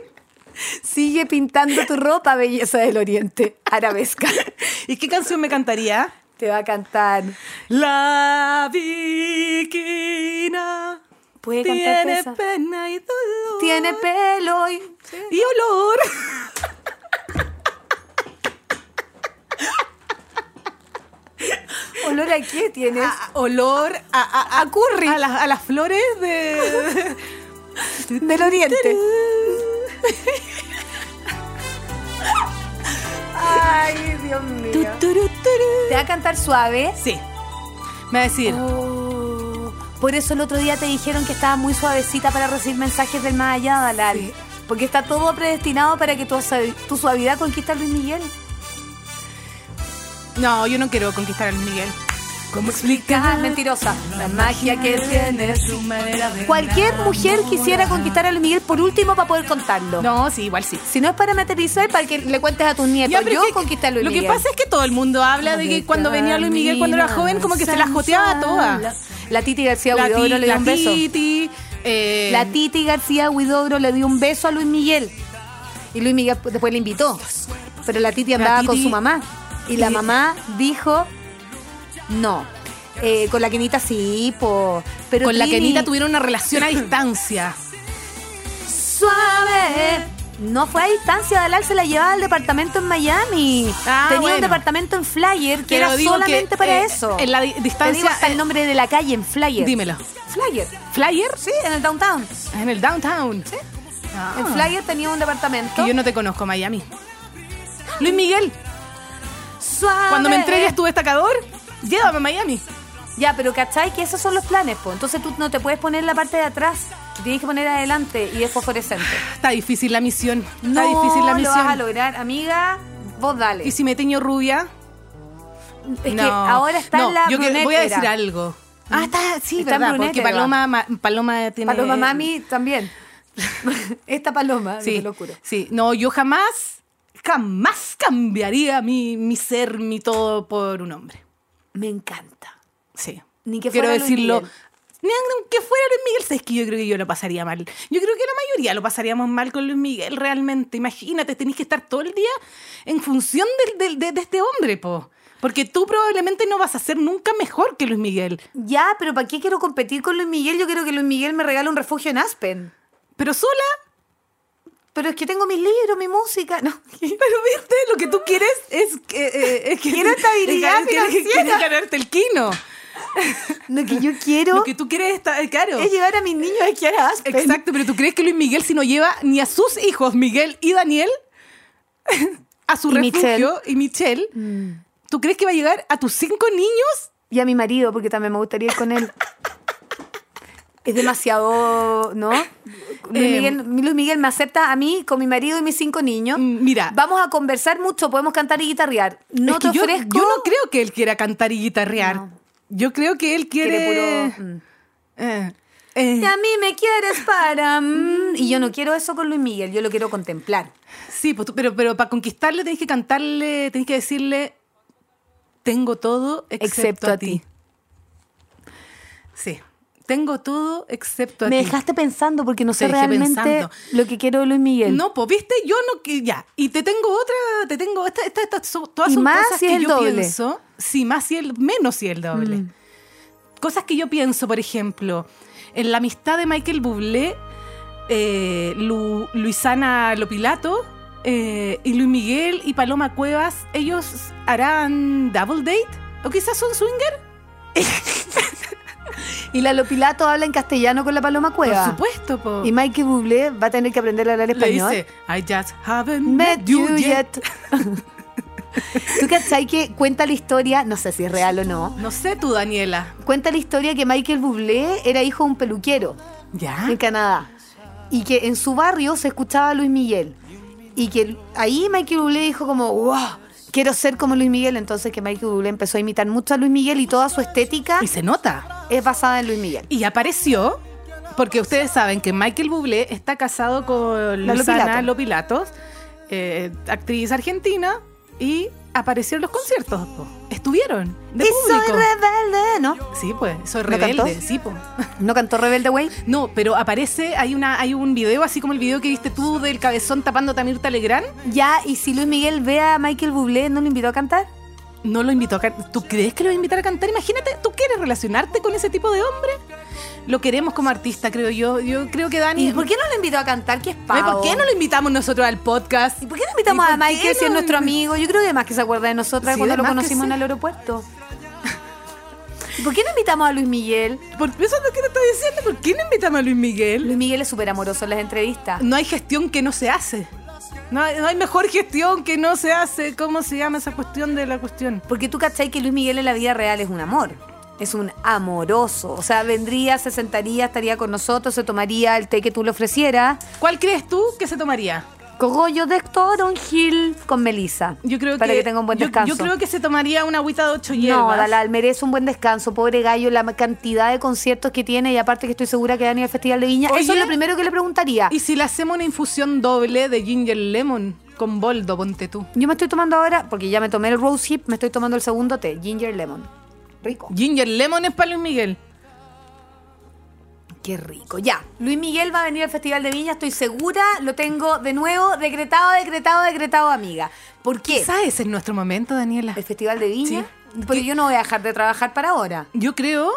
S2: sigue pintando tu ropa, belleza del oriente, arabesca.
S3: ¿Y qué canción me cantaría?
S2: Te va a cantar.
S3: La viquina
S2: Puede cantarte
S3: tiene
S2: esa.
S3: pena y dolor
S2: Tiene pelo y...
S3: y olor.
S2: ¿Olor a qué tienes?
S3: A- Ah, olor a, a, a curry. A, las- a las flores de...
S2: Del oriente. Ay, Dios
S3: Tu,
S2: mío.
S3: turu, turu.
S2: Te va a cantar suave.
S3: Sí. Me va a decir...
S2: Oh, Por eso el otro día te dijeron que estaba muy suavecita para recibir mensajes del más allá, Dalal.
S3: Sí.
S2: Porque está todo predestinado para que tu, suavi- tu suavidad conquista a Luis Miguel.
S3: No, yo no quiero conquistar a Luis Miguel.
S1: ¿Cómo explicar?
S2: Mentirosa. La magia que tiene.
S3: Su manera de
S2: Cualquier mujer quisiera conquistar a Luis Miguel por último para poder contarlo.
S3: No, sí, igual sí.
S2: Si no es para materializar, para que le cuentes a tus nietos.
S3: Ya, pero
S2: Yo
S3: es que-
S2: conquisté a Luis
S3: Lo que
S2: Miguel.
S3: pasa es que todo el mundo habla de que cuando venía Luis Miguel cuando era joven, como que se la joteaba a
S2: La,
S3: todas.
S2: Titi García
S3: La,
S2: Huidobro
S3: ti-
S2: le dio
S3: la
S2: un beso.
S3: Titi, eh,
S2: La Titi García Huidobro le dio un beso a Luis Miguel. Y Luis Miguel después le invitó. Pero la Titi andaba con
S3: Titi-
S2: su mamá. Y la
S3: y-
S2: mamá dijo, no. Eh, con la Kenita sí, po. Pero
S3: con la
S2: Tini,
S3: Kenita tuvieron una relación a distancia.
S2: Suave. No fue a distancia, Dalal se la llevaba al departamento en Miami.
S3: Ah,
S2: Tenía un
S3: bueno.
S2: departamento en Flyer que
S3: Pero
S2: era
S3: digo que,
S2: solamente para
S3: eh,
S2: eso.
S3: En la di-
S2: Te digo
S3: distancia. eh,
S2: hasta el nombre de la calle en Flyer.
S3: Dímelo.
S2: Flyer.
S3: ¿Flyer?
S2: Sí, en el downtown.
S3: En el downtown. Ah.
S2: En Flyer tenía un departamento.
S3: Que yo no te conozco, Miami. Luis Miguel,
S2: Suave.
S3: cuando me entregues tu destacador, llévame a Miami.
S2: Ya, pero ¿cachai? Que esos son los planes, po. Entonces tú no te puedes poner la parte de atrás. Te tienes que poner adelante y es fosforescente.
S3: Está difícil la misión. Está
S2: no
S3: difícil la
S2: lo vas a
S3: misión.
S2: lograr, amiga. Vos dale.
S3: Y si me teño rubia.
S2: es
S3: no.
S2: que ahora está
S3: No,
S2: en la
S3: yo que-
S2: brunette
S3: voy a
S2: era.
S3: decir algo. Ah, está, sí,
S2: Está en
S3: verdad,
S2: brunette
S3: porque
S2: era.
S3: Paloma, ma- Paloma tiene...
S2: Paloma Mami también. Esta paloma,
S3: Sí,
S2: te lo juro.
S3: sí. No, yo jamás, jamás cambiaría mi, mi ser, mi todo por un hombre.
S2: Me encanta.
S3: Sí.
S2: Ni que
S3: Quiero
S2: fuera Luis
S3: decirlo.
S2: Miguel.
S3: Ni aunque fuera Luis Miguel, sabes que yo creo que yo lo pasaría mal. Yo creo que la mayoría lo pasaríamos mal con Luis Miguel, realmente. Imagínate, tenés que estar todo el día en función del- del- de, de este hombre, po. Porque tú probablemente no vas a ser nunca mejor que Luis Miguel.
S2: Ya, pero ¿para qué quiero competir con Luis Miguel? Yo quiero que Luis Miguel me regale un refugio en Aspen.
S3: Pero sola,
S2: Pero es que tengo mis libros, mi música. No.
S3: pero viste, lo que tú quieres es que... eh, es que
S2: Quiero estabilidad
S3: es que- es que-
S2: financiera.
S3: quieres ganarte el quino.
S2: Lo que yo quiero
S3: Lo que tú quieres está claro.
S2: es llevar a mis niños a esquiar a Aspen.
S3: Exacto, pero ¿tú crees que Luis Miguel si no lleva ni a sus hijos, Miguel y Daniel, a su
S2: Y
S3: refugio y Michelle,
S2: Mm.
S3: ¿tú crees que va a llegar a tus cinco niños?
S2: Y a mi marido, porque también me gustaría ir con él. Es demasiado, ¿no? Luis,
S3: Eh,
S2: Miguel, Luis Miguel me acepta a mí con mi marido y mis cinco niños.
S3: Mm, Mira,
S2: Vamos a conversar mucho, podemos cantar y guitarrear. No
S3: es que
S2: te
S3: yo,
S2: ofrezco.
S3: yo no creo que él quiera cantar y guitarrear.
S2: No.
S3: Yo creo que él quiere...
S2: Quiere puro, mm.
S3: Eh, eh,
S2: Y a mí me quieres para. mm, y yo no quiero eso con Luis Miguel, yo lo quiero contemplar.
S3: sí, pues tú- pero, pero para conquistarle tenés que cantarle, tenés que decirle, tengo todo excepto,
S2: Excepto
S3: a,
S2: a
S3: ti. Sí, tengo todo excepto a
S2: Me
S3: ti.
S2: dejaste pensando porque no sé
S3: Te dejé
S2: realmente
S3: pensando.
S2: lo que quiero de Luis Miguel.
S3: No, pues viste, yo no que ya. Y te tengo otra, te tengo esta, esta, esta son- todas
S2: Y
S3: son
S2: más
S3: cosas
S2: si
S3: que
S2: el
S3: yo
S2: doble.
S3: pienso, sí, más si el menos si el doble.
S2: Mm.
S3: Cosas que yo pienso, por ejemplo, en la amistad de Michael Bublé, eh, Lu- Luisana Lopilato eh, y Luis Miguel y Paloma Cuevas, ellos harán double date o quizás son swinger.
S2: Y la Lopilato habla en castellano con la Paloma Cueva.
S3: Por supuesto, po.
S2: Y Mikey Bublé va a tener que aprender a hablar
S3: le
S2: español.
S3: dice, I just haven't
S2: Met
S3: met
S2: you
S3: you
S2: yet. ¿Tú cachai que cuenta la historia? No sé si es real o no.
S3: No sé tú, Daniela.
S2: Cuenta la historia que Michael Bublé era hijo de un peluquero
S3: ¿Ya?
S2: en Canadá y que en su barrio se escuchaba a Luis Miguel. Y que ahí Michael Bublé dijo como, wow, quiero ser como Luis Miguel. Entonces que Michael Bublé empezó a imitar mucho a Luis Miguel y toda su estética
S3: Y se nota.
S2: es basada en Luis Miguel.
S3: Y apareció, porque ustedes saben que Michael Bublé está casado con
S2: La
S3: Luisana
S2: Lopilato.
S3: Lopilatos, eh, actriz argentina, y aparecieron los conciertos. po. Estuvieron de
S2: y soy
S3: público.
S2: rebelde, ¿no?
S3: sí, pues, soy
S2: ¿No
S3: rebelde,
S2: cantó?
S3: sí, po.
S2: ¿No cantó Rebelde, güey?
S3: No, pero aparece, hay una, hay un video así como el video que viste tú del cabezón tapando a Mirta Legrand.
S2: Ya, y si Luis Miguel ve a Michael Bublé, ¿no lo invitó a cantar?
S3: No lo invitó a cantar. ¿Tú crees que lo va a invitar a cantar? Imagínate, ¿tú quieres relacionarte con ese tipo de hombre? Lo queremos como artista, creo yo. Yo creo que Dani.
S2: ¿Y por qué no lo invitó a cantar? ¿Qué es
S3: Ay,
S2: pavo?
S3: ¿Por qué no lo invitamos nosotros al podcast?
S2: ¿Y por qué no invitamos
S3: ¿Y por
S2: a Michael
S3: qué
S2: si es
S3: no?
S2: nuestro amigo? Yo creo que además que se acuerda de nosotras
S3: Sí,
S2: cuando
S3: de
S2: lo
S3: más que
S2: conocimos
S3: sí.
S2: en el aeropuerto. ¿Y por qué no invitamos a Luis Miguel?
S3: Por eso es lo que te estoy diciendo. ¿Por qué no invitamos a Luis Miguel?
S2: Luis Miguel es súper amoroso en las entrevistas.
S3: No hay gestión que no se hace. No hay, no hay mejor gestión que no se hace. ¿Cómo se llama esa cuestión de la cuestión?
S2: Porque tú cachai que Luis Miguel en la vida real es un amor. Es un amoroso. O sea, vendría, se sentaría, estaría con nosotros, se tomaría el té que tú le ofrecieras.
S3: ¿Cuál crees tú que se tomaría?
S2: Cogollo de Toronjil con Melissa.
S3: Yo creo
S2: Para que,
S3: que,
S2: tenga un buen
S3: yo-
S2: descanso.
S3: Yo, creo que se tomaría una agüita de ocho hierbas.
S2: No, Dalal merece un buen descanso, pobre gallo, la cantidad de conciertos que tiene y aparte que estoy segura que va a venir al Festival de Viña. Eso es
S3: Oye.
S2: lo primero que le preguntaría.
S3: Y si le hacemos una infusión doble de ginger lemon con boldo, ponte tú.
S2: Yo me estoy tomando ahora, porque ya me tomé el rose hip, me estoy tomando el segundo té, ginger lemon. Rico.
S3: Ginger lemon es para Luis Miguel.
S2: Qué rico. Ya, Luis Miguel va a venir al Festival de Viña, estoy segura, lo tengo de nuevo, decretado, decretado, decretado, amiga. ¿Por qué?
S3: ¿Sabes? en nuestro momento, Daniela.
S2: El Festival de Viña,
S3: Sí.
S2: porque yo no voy a dejar de trabajar para ahora.
S3: Yo creo...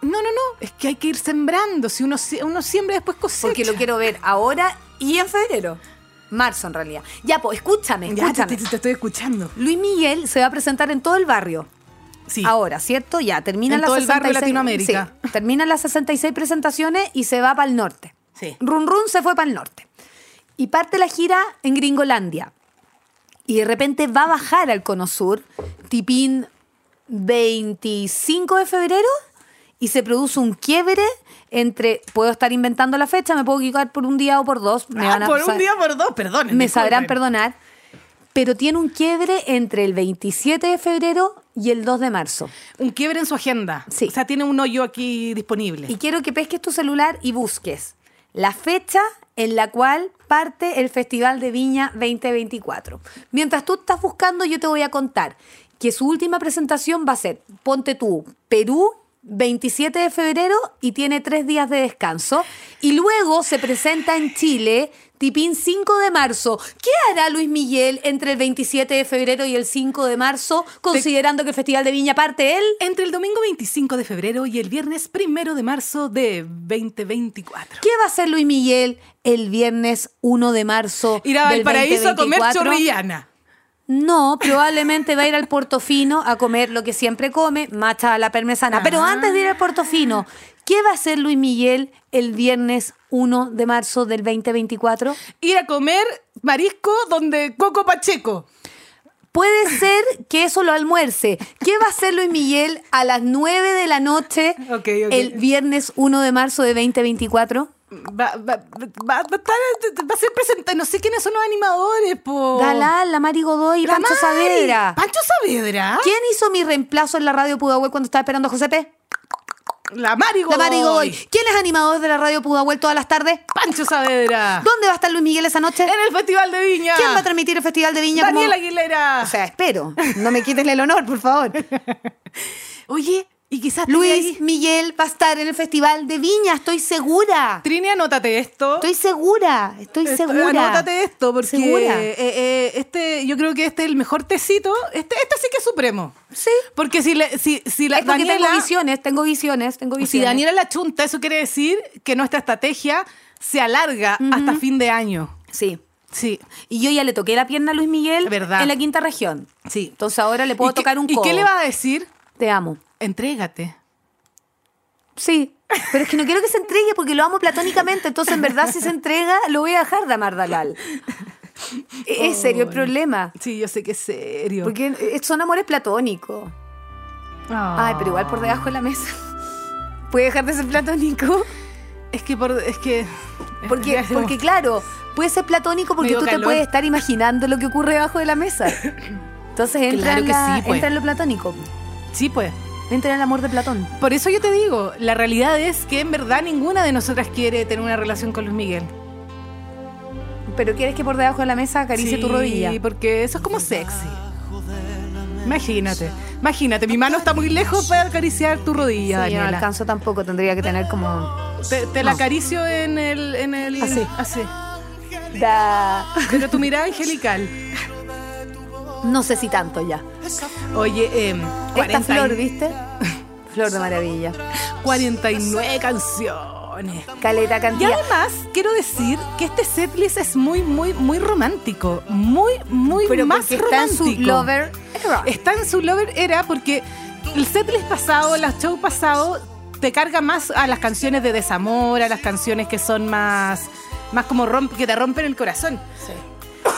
S3: No, no, no. Es que hay que ir sembrando. Si uno, sie- uno siembra, después cosecha.
S2: Porque lo quiero ver ahora y en febrero. Marzo, en realidad. Ya, pues, escúchame,
S3: Ya, te,
S2: escúchame.
S3: te- te estoy escuchando.
S2: Luis Miguel se va a presentar en todo el barrio.
S3: Sí.
S2: Ahora, ¿cierto? Ya, termina
S3: En
S2: las
S3: todo el barrio
S2: 66
S3: Latinoamérica.
S2: sí, termina las 66 presentaciones y se va para el norte.
S3: Sí.
S2: Run Run se fue para el norte. Y parte la gira en Gringolandia. Y de repente va a bajar al Cono Sur, tipín 25 de febrero, y se produce un quiebre entre, puedo estar inventando la fecha, me puedo equivocar por un día o por dos. Me
S3: Ah,
S2: van a-
S3: por
S2: sa-
S3: un día, por dos, perdón.
S2: me sabrán perdonar, pero tiene un quiebre entre el 27 de febrero y el 2 de marzo.
S3: Un quiebre en su agenda.
S2: Sí.
S3: O sea, tiene un hoyo aquí disponible.
S2: Y quiero que pesques tu celular y busques la fecha en la cual parte el Festival de Viña 2024. Mientras tú estás buscando, yo te voy a contar que su última presentación va a ser, ponte tú, Perú. 27 de febrero y tiene tres días de descanso. Y luego se presenta en Chile, tipín 5 de marzo. ¿Qué hará Luis Miguel entre el 27 de febrero y el 5 de marzo, considerando que el Festival de Viña parte él?
S3: Entre el domingo 25 de febrero y el viernes 1 de marzo de 2024.
S2: ¿Qué va a hacer Luis Miguel el viernes 1 de marzo?
S3: Ir a
S2: del
S3: Valparaíso a comer
S2: 2024?
S3: chorrillana.
S2: No, probablemente va a ir al Portofino a comer lo que siempre come, macha a la parmesana. Pero
S3: Ah.
S2: antes de ir al Portofino, ¿qué va a hacer Luis Miguel el viernes 1 de marzo del 2024?
S3: Ir a comer marisco donde Coco Pacheco.
S2: Puede ser que eso lo almuerce. ¿Qué va a hacer Luis Miguel a las 9 de la noche
S3: Ok, ok.
S2: el viernes 1 de marzo de 2024?
S3: Va, va- va- va a estar- va a ser presentado. No sé quiénes son los animadores, po.
S2: Dalal, la Mari Godoy,
S3: Oh. La
S2: Pancho
S3: Mari.
S2: Saavedra.
S3: Pancho Saavedra.
S2: ¿Quién hizo mi reemplazo en la radio Pudahuel cuando estaba esperando a José P?
S3: La Mari
S2: La
S3: Godoy.
S2: Mari Godoy. ¿Quién es animador de la radio Pudahuel todas las tardes?
S3: Pancho Saavedra.
S2: ¿Dónde va a estar Luis Miguel esa noche?
S3: En el Festival de Viña.
S2: ¿Quién va a transmitir el Festival de Viña? como-
S3: Daniel Aguilera.
S2: O sea, espero. No me quiten el honor, por favor.
S3: Oye, y quizás Trini
S2: Luis
S3: ahí-
S2: Miguel va a estar en el Festival de Viña, estoy segura.
S3: Trini, anótate esto.
S2: Estoy segura, estoy
S3: Esto-
S2: segura.
S3: Anótate esto, porque
S2: Segura.
S3: eh, eh, este, yo creo que este es el mejor tecito. Este, este sí que es supremo.
S2: Sí.
S3: Porque si, le- si, si la
S2: es porque
S3: Daniela,
S2: tengo visiones, tengo visiones, tengo visiones.
S3: si Daniela la chunta, eso quiere decir que nuestra estrategia se alarga hasta fin de año.
S2: Sí.
S3: Sí,
S2: Y yo ya le toqué la pierna a Luis Miguel
S3: Verdad.
S2: en la quinta región.
S3: sí.
S2: Entonces ahora le puedo
S3: ¿Y qué-
S2: tocar un codo.
S3: ¿Y qué le va a decir?
S2: Te amo.
S3: Entrégate.
S2: Sí, pero es que no quiero que se entregue porque lo amo platónicamente. Entonces, en verdad, si se entrega, lo voy a dejar de amar Dalal. E- Es serio el problema.
S3: Sí, yo sé que es serio.
S2: Porque eh, son amores platónicos.
S3: Ah.
S2: Ay, pero igual por debajo de la mesa. Puede dejar de ser platónico.
S3: Es que por, es que
S2: Porque,
S3: es como-
S2: porque claro, puede ser platónico porque
S3: Me dio
S2: tú te
S3: calor.
S2: puedes estar imaginando lo que ocurre debajo de la mesa. Entonces entra,
S3: Claro
S2: en
S3: que
S2: la-
S3: sí, pues.
S2: entra en lo platónico.
S3: sí, pues.
S2: Entra en el amor de Platón.
S3: Por eso yo te digo, la realidad es que en verdad ninguna de nosotras quiere tener una relación con Luis Miguel.
S2: Pero quieres que por debajo de la mesa acaricie tu rodilla.
S3: Sí, pues, porque eso es como sexy. Imagínate, imagínate, mi mano está muy lejos para acariciar tu
S2: Sí,
S3: rodilla,
S2: yo no
S3: Daniela.
S2: alcanzo tampoco, tendría que tener como...
S3: te te la acaricio en el, en el.
S2: Así.
S3: Así.
S2: Da-
S3: Pero tu mirada angelical.
S2: No sé si tanto ya.
S3: Oye, eh,
S2: Esta
S3: 40 y-
S2: flor, ¿viste? Flor de maravilla.
S3: 49 canciones.
S2: Caleta
S3: Y
S2: cantidad.
S3: además, quiero decir que este setlist es muy, muy, muy romántico. Muy, muy más
S2: porque está en
S3: romántico.
S2: su lover era.
S3: está en su Lover era porque el setlist pasado, el show pasado, te carga más a las canciones de desamor, a las canciones que son más, más como romp- que te rompen el corazón.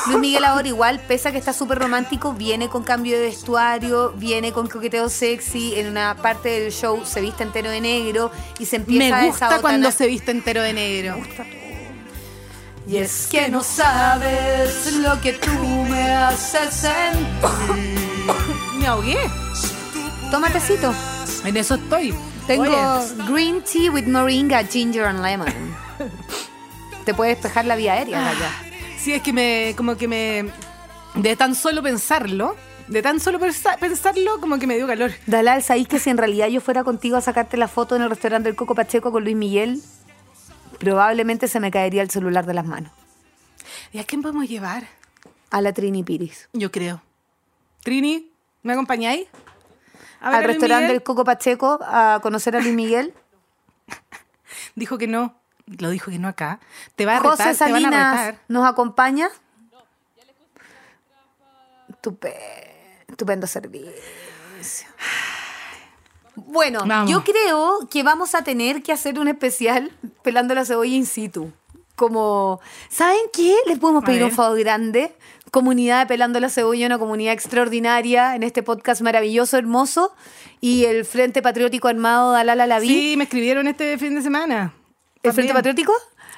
S2: Luis Miguel ahora igual, pese a que está súper romántico, viene con cambio de vestuario, viene con coqueteo sexy, en una parte del show se viste entero de negro y se empieza a
S3: Me gusta
S2: desabotonar.
S3: cuando se viste entero de negro.
S2: Y es que no sabes lo que tú me haces sentir.
S3: Me ahogué.
S2: Tomatecito.
S3: En eso estoy.
S2: Tengo
S3: Oye,
S2: green tea with moringa, ginger and lemon. Te puede despejar la vía aérea, Gaya.
S3: sí, es que me. Como que me. De tan solo pensarlo. De tan solo pensa- pensarlo, como que me dio calor.
S2: Dalal, ¿sabís que si en realidad yo fuera contigo a sacarte la foto en el restaurante del Coco Pacheco con Luis Miguel, probablemente se me caería el celular de las manos?
S3: ¿Y a quién podemos llevar?
S2: A la Trini Piris.
S3: Yo creo. Trini, ¿me acompañáis? A ver,
S2: Al
S3: a Luis
S2: restaurante
S3: Miguel.
S2: del Coco Pacheco a conocer a Luis Miguel.
S3: Dijo que no. Lo dijo que no acá. Te va a
S2: José
S3: retar, te van a
S2: Salinas
S3: retar.
S2: nos acompaña. Estupe- Estupendo servicio. Bueno,
S3: Vamos.
S2: yo creo que vamos a tener que hacer un especial pelando la cebolla in situ. Como, ¿saben qué? Les podemos
S3: A
S2: pedir un
S3: ver.
S2: favor grande. Comunidad de Pelando la Cebolla, una comunidad extraordinaria en este podcast maravilloso, hermoso. Y el Frente Patriótico Armado Dalala Laví.
S3: Sí, me escribieron este fin de semana.
S2: ¿El Frente
S3: También.
S2: Patriótico?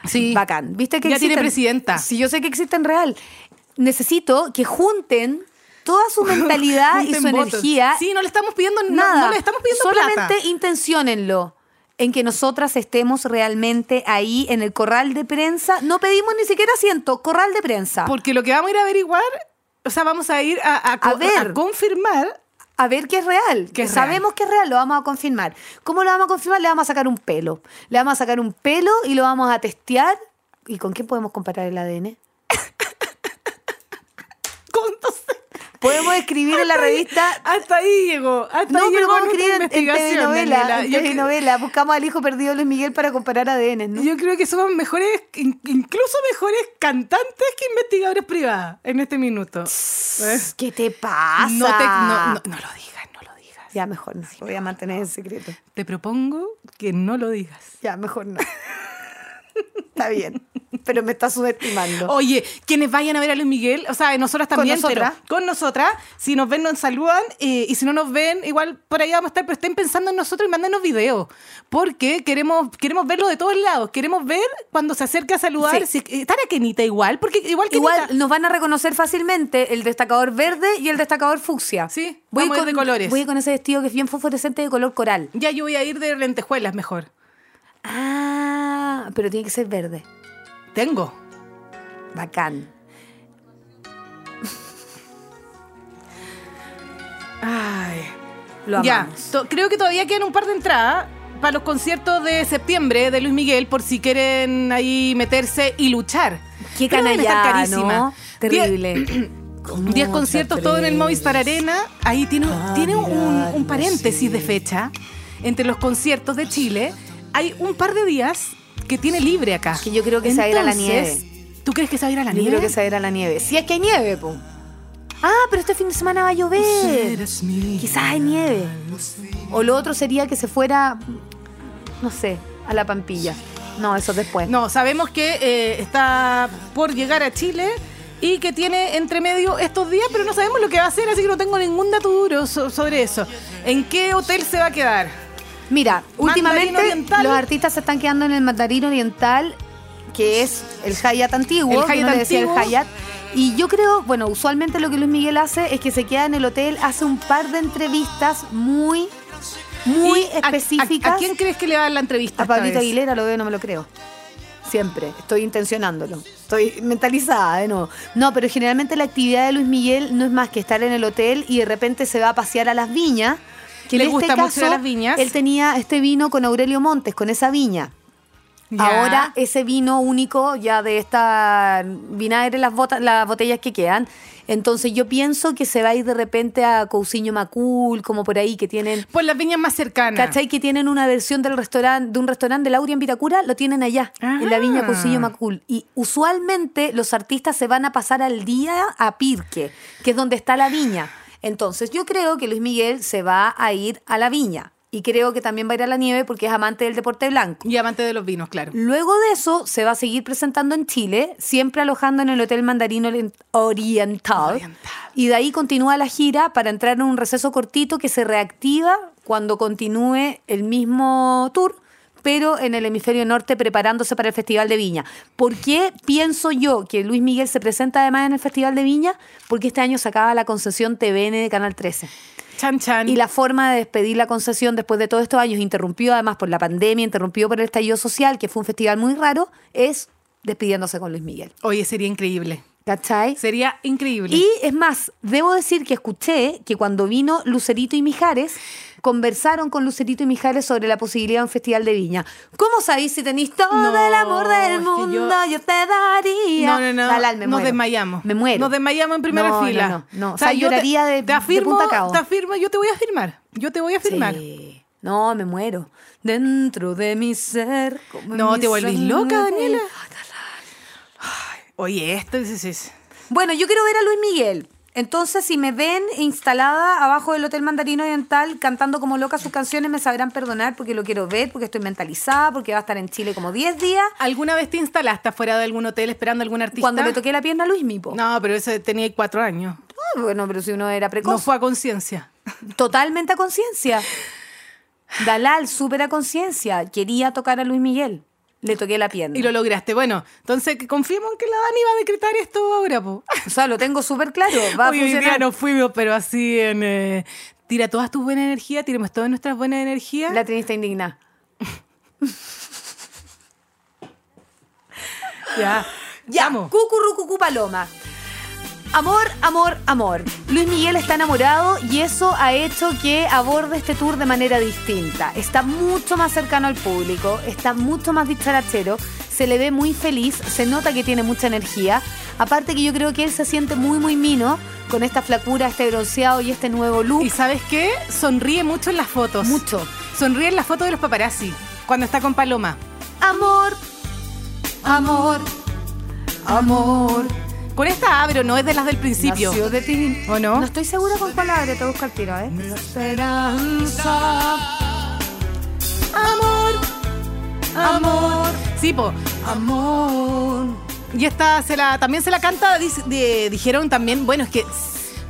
S3: Sí.
S2: Bacán. ¿Viste que
S3: Ya tiene
S2: existen?
S3: presidenta.
S2: Sí, yo sé que existen real. Necesito que junten toda su mentalidad y
S3: Junten
S2: su
S3: votos.
S2: energía.
S3: Sí, no le estamos pidiendo nada.
S2: nada.
S3: No, le estamos pidiendo
S2: Solamente
S3: plata.
S2: intenciónenlo. En que nosotras estemos realmente ahí en el corral de prensa. No pedimos ni siquiera asiento, corral de prensa.
S3: Porque lo que vamos a ir a averiguar, o sea, vamos a ir a, a co-
S2: ver.
S3: a confirmar.
S2: a ver qué es real.
S3: Que es
S2: Sabemos que es real, lo vamos a confirmar. ¿Cómo lo vamos a confirmar? Le vamos a sacar un pelo. Le vamos a sacar un pelo y lo vamos a testear. ¿Y con quién podemos comparar el ADN?
S3: ¿Cuánto se-
S2: Podemos escribir en la revista.
S3: Hasta ahí llegó. Hasta
S2: No,
S3: ahí
S2: pero
S3: llegó
S2: vamos a
S3: nuestra
S2: escribir en- en
S3: investigación,
S2: telenovela.
S3: Daniela.
S2: En
S3: Yo, cre-
S2: telenovela. Buscamos al hijo perdido de Luis Miguel para comparar ADN, ¿no?
S3: yo creo que somos mejores, in- incluso mejores cantantes que investigadores privados en este minuto. ¿Eh?
S2: ¿Qué te pasa?
S3: No, te- no- no- no lo digas, no lo digas.
S2: Ya, mejor no. Lo voy a mantener en secreto.
S3: Te propongo que no lo digas.
S2: Ya, mejor no. está bien. Pero me está subestimando.
S3: Oye, quienes vayan a ver a Luis Miguel, o sea, nosotras también, pero
S2: nosotras.
S3: con nosotras, si nos ven nos saludan eh, y si no nos ven, igual por ahí vamos a estar, pero estén pensando en nosotros y mándenos videos, porque queremos queremos verlo de todos lados, queremos ver cuando se acerca a saludar,
S2: Sí.
S3: si, estar a Kenita igual, porque igual que
S2: Igual nos van a reconocer fácilmente el destacador verde y el destacador fucsia.
S3: Sí,
S2: voy
S3: vamos a ir
S2: con,
S3: de colores.
S2: Voy con ese vestido que es bien fosforescente de color coral.
S3: ya yo voy a ir de lentejuelas mejor.
S2: Ah, pero tiene que ser verde.
S3: Tengo.
S2: Bacán.
S3: Ay.
S2: Lo
S3: Ya,
S2: amamos.
S3: to- creo que todavía quedan un par de entradas para los conciertos de septiembre de Luis Miguel por si quieren ahí meterse y luchar.
S2: Qué
S3: Pero deben estar
S2: canallada,
S3: carísimas.
S2: ¿no? Terrible.
S3: 10 conciertos, todo en el Movistar Arena. Ahí tiene,
S2: Ah,
S3: tiene un, un paréntesis de fecha entre los conciertos de Chile. Hay un par de días que tiene libre acá.
S2: Que yo creo que se va a ir a la
S3: Entonces, ¿Tú crees que se va a ir a la
S2: Yo
S3: nieve?
S2: creo que esa era la nieve. Si es que hay nieve, pum. Ah, pero este fin de semana va a llover. Quizás hay nieve. O lo otro sería que se fuera, no sé, a la Pampilla. No, eso es después.
S3: No, sabemos que eh, está por llegar a Chile y que tiene entre medio estos días, pero no sabemos lo que va a hacer, así que no tengo ningún dato duro so- sobre eso. ¿En qué hotel se va a quedar?
S2: Mira,
S3: Mandarín
S2: últimamente
S3: Oriental.
S2: los artistas se están quedando en el Mandarín Oriental, que es el Hayat antiguo.
S3: El
S2: que uno
S3: Hyatt
S2: le decía el
S3: antiguo.
S2: Hyatt. Y yo creo, bueno, usualmente lo que Luis Miguel hace es que se queda en el hotel, hace un par de entrevistas muy, muy
S3: Y a-
S2: específicas.
S3: A, a quién crees que le va a dar la entrevista?
S2: A
S3: esta
S2: Pablito
S3: vez?
S2: Aguilera lo veo, no me lo creo. Siempre, estoy intencionándolo. Estoy mentalizada de nuevo. No, pero generalmente la actividad de Luis Miguel no es más que estar en el hotel y de repente se va a pasear a las viñas. Que
S3: Le
S2: en
S3: gusta
S2: este
S3: mucho
S2: caso,
S3: ir a las viñas.
S2: Él tenía este vino con Aurelio Montes, con esa viña.
S3: Ya.
S2: Ahora eh, ese vino único ya de esta vinagre, las, bota- las botellas que quedan. Entonces yo pienso que se va a ir de repente a Cousiño Macul, como por ahí, que tienen
S3: Por las viñas más cercanas.
S2: ¿Cachai? Que tienen una versión del restaurante, de un restaurante de Lauria en Vitacura, lo tienen allá, en la viña
S3: Ah.
S2: Cursillo Macul. Y usualmente los artistas se van a pasar al día a Pirque, que es donde está la viña. Entonces yo creo que Luis Miguel se va a ir a la viña. Y creo que también va a ir a la nieve porque es amante del deporte blanco.
S3: Y amante de los vinos, claro.
S2: Luego de eso, se va a seguir presentando en Chile, siempre alojando en el Hotel Mandarín Orien- Oriental.
S3: Oriental.
S2: Y de ahí continúa la gira para entrar en un receso cortito que se reactiva cuando continúe el mismo tour, pero en el hemisferio norte preparándose para el Festival de Viña. ¿Por qué pienso yo que Luis Miguel se presenta además en el Festival de Viña? Porque este año sacaba la concesión TVN de Canal 13.
S3: Chan Chan.
S2: Y la forma de despedir la concesión después de todos estos años, interrumpido además por la pandemia, interrumpido por el estallido social, que fue un festival muy raro, es despidiéndose con Luis Miguel.
S3: Oye, sería increíble.
S2: ¿Cachai?
S3: Sería increíble.
S2: Y es más, debo decir que escuché que cuando vino Lucerito y Mijares, conversaron con Lucerito y Mijares sobre la posibilidad de un festival de viña. ¿Cómo sabéis si tenéis todo
S3: No,
S2: el amor
S3: es
S2: del
S3: que
S2: mundo?
S3: yo-
S2: Yo... te daría.
S3: No, no, no.
S2: Talal, me
S3: Nos
S2: muero.
S3: desmayamos.
S2: Me muero.
S3: Nos desmayamos en primera
S2: No, no,
S3: fila.
S2: no, no. O sea, lloraría de- de punta a cabo.
S3: Te afirmo, yo te voy a firmar. Yo te voy a firmar.
S2: Sí. No, me muero. Dentro de mi ser. como
S3: No,
S2: mi
S3: te vuelves
S2: sangre.
S3: loca, Daniela.
S2: Ah,
S3: Oye, esto es, es-
S2: Bueno, yo quiero ver a Luis Miguel. Entonces, si me ven instalada abajo del Hotel Mandarino Oriental cantando como loca sus canciones, me sabrán perdonar porque lo quiero ver, porque estoy mentalizada, porque va a estar en Chile como 10 días.
S3: ¿Alguna vez te instalaste afuera de algún hotel esperando a algún artista?
S2: Cuando le toqué la pierna a Luis Mipo.
S3: No, pero eso tenía cuatro años.
S2: Ah, bueno, pero si uno era precoz.
S3: No fue a conciencia.
S2: Totalmente a conciencia. Dalal, súper a conciencia. Quería tocar a Luis Miguel. Le toqué la pierna.
S3: Y lo lograste. Bueno, entonces que confiemos en que la Dani va a decretar esto ahora, po.
S2: O sea, lo tengo súper claro. Va a
S3: Hoy, hoy día
S2: funcionar.
S3: nos fuimos, pero así en... eh, tira todas tus buenas energías, tiremos todas nuestras buenas energías.
S2: La trinista indignada.
S3: Ya.
S2: Ya,
S3: Vamos.
S2: cucurrucucú paloma. Amor, amor, amor. Luis Miguel está enamorado y eso ha hecho que aborde este tour de manera distinta. Está mucho más cercano al público, está mucho más dicharachero, se le ve muy feliz, se nota que tiene mucha energía. Aparte que yo creo que él se siente muy, muy mino con esta flacura, este bronceado y este nuevo look.
S3: Y sabes qué? Sonríe mucho en las fotos.
S2: Mucho.
S3: Sonríe en las fotos de los paparazzi cuando está con Paloma.
S2: Amor, amor, amor.
S3: Con esta abro, no es de las del principio.
S2: Nació de ti.
S3: ¿O no?
S2: No estoy segura con cuál abre, te busco el tiro, ¿eh?
S3: Amor, amor. Sí, po. Amor. Y esta se la, también se la canta, dis- de- dijeron también, bueno, es que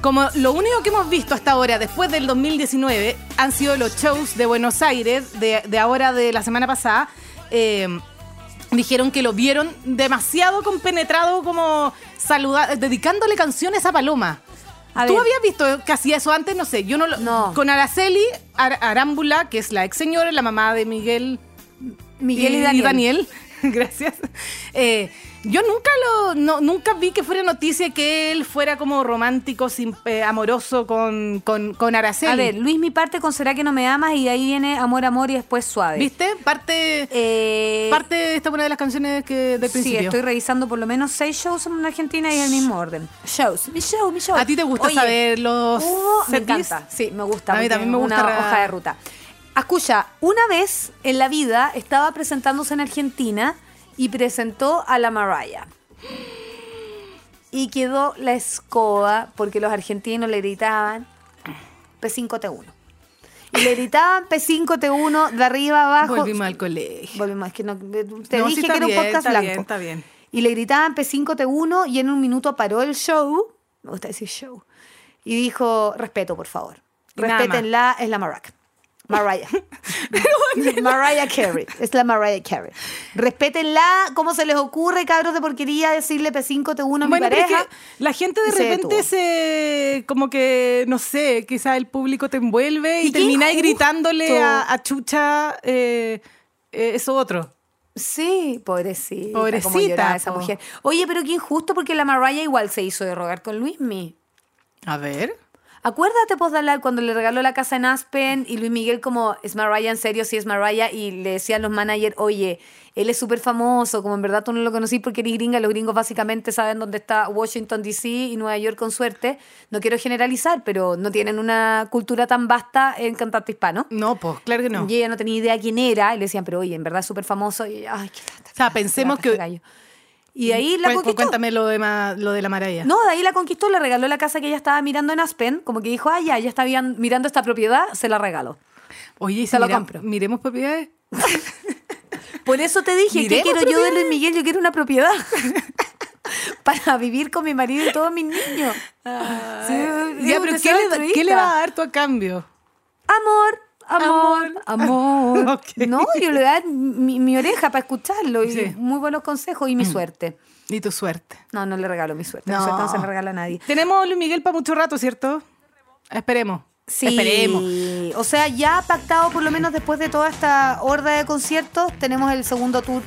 S3: como lo único que hemos visto hasta ahora, después del 2019, han sido los shows de Buenos Aires, de, de ahora de la semana pasada, eh, dijeron que lo vieron demasiado compenetrado como saluda- dedicándole canciones a Paloma.
S2: A
S3: ¿Tú
S2: ver.
S3: habías visto que hacía eso antes? No sé, yo no lo...
S2: No.
S3: Con Araceli Ar- Arámbula, que es la ex señora, la mamá de Miguel...
S2: Miguel y Daniel.
S3: Gracias. Eh, yo nunca lo, no- nunca vi que fuera noticia que él fuera como romántico, sim- eh, amoroso con, con, con Araceli.
S2: A ver, Luis, mi parte con Será que no me amas y de ahí viene Amor, Amor y después Suave.
S3: ¿viste? Parte,
S2: Eh,
S3: parte de esta una de las canciones que del
S2: sí,
S3: principio.
S2: estoy revisando por lo menos seis shows en Argentina y en el mismo orden. Shows, mi show, mi show.
S3: ¿A ti te gusta
S2: Oye,
S3: saber los
S2: hubo- me
S3: setlists?
S2: encanta, sí, me gusta.
S3: A mí
S2: porque
S3: también me
S2: es
S3: gusta
S2: Una
S3: ra-
S2: hoja de ruta. Escucha, una vez en la vida estaba presentándose en Argentina y presentó a la Mariah. Y quedó la escoba porque los argentinos le gritaban P5T1. Y le gritaban P5T1 de arriba a abajo.
S3: Volvimos al colegio.
S2: Volvimos, es que no- te
S3: No, sí,
S2: dije
S3: está
S2: que era un
S3: bien,
S2: podcast
S3: está
S2: blanco.
S3: bien, está bien.
S2: Y le gritaban P5T1 y en un minuto paró el show. Me gusta decir show. Y dijo, respeto, por favor.
S3: Y nada más.
S2: Respétenla, es la Marac. Mariah. Mariah Carey. Es la Mariah Carey. Respétenla, ¿cómo se les ocurre, cabros de porquería, decirle P5T1 a
S3: Bueno,
S2: mi
S3: pero es
S2: pareja?
S3: que la gente de
S2: Y se
S3: repente
S2: detuvo.
S3: se, como que, no sé, quizá el público te envuelve y,
S2: Y qué
S3: termináis
S2: injusto.
S3: gritándole a, a Chucha eh, eh, eso otro.
S2: Sí, pobrecita. Pobrecita.
S3: Pobrecita,
S2: esa
S3: po.
S2: mujer. Oye, pero qué injusto porque la Mariah igual se hizo de rogar con Luismi.
S3: A ver.
S2: Acuérdate, Pozdalal, cuando le regaló la casa en Aspen y Luis Miguel como, ¿es Mariah en serio? Sí, es Mariah. Y le decían los managers, oye, él es súper famoso, como en verdad tú no lo conocí porque eres gringa, los gringos básicamente saben dónde está Washington, D.C. y Nueva York con suerte. No quiero generalizar, pero no tienen una cultura tan vasta en cantante hispano.
S3: No, pues, claro que no.
S2: Y ella no tenía idea quién era, y le decían, pero oye, en verdad es súper famoso. Y ella, ay, qué lata,
S3: O sea, pensemos
S2: este
S3: que-
S2: gallo. Y de ahí la
S3: Cu- cu-
S2: conquistó.
S3: cuéntame lo de, ma- lo de la maravilla.
S2: No, de ahí la conquistó, le regaló la casa que ella estaba mirando en Aspen, como que dijo, ah, ya, ella está bien- mirando esta propiedad, se la regalo.
S3: Oye, y
S2: Se
S3: si
S2: lo
S3: mira-
S2: compro.
S3: Miremos propiedades.
S2: Por eso te dije, ¿qué
S3: Miremos
S2: quiero yo de Luis Miguel? Yo quiero una propiedad. Para vivir con mi marido y todos mis niños. Sí, es
S3: ya,
S2: un
S3: pero
S2: deseo
S3: ¿qué le, da-
S2: altruista.
S3: ¿qué le va a dar tú a cambio?
S2: Amor, amor, amor.
S3: Ok.
S2: No, yo le daba mi, mi oreja para escucharlo y
S3: Sí.
S2: muy buenos consejos y mi suerte.
S3: Y tu suerte.
S2: No, no le regalo mi suerte.
S3: No.
S2: Mi suerte no se la regala a nadie.
S3: Tenemos a Luis Miguel para mucho rato, ¿cierto? Esperemos.
S2: Sí.
S3: Esperemos.
S2: O sea, ya pactado por lo menos después de toda esta horda de conciertos, tenemos el segundo tour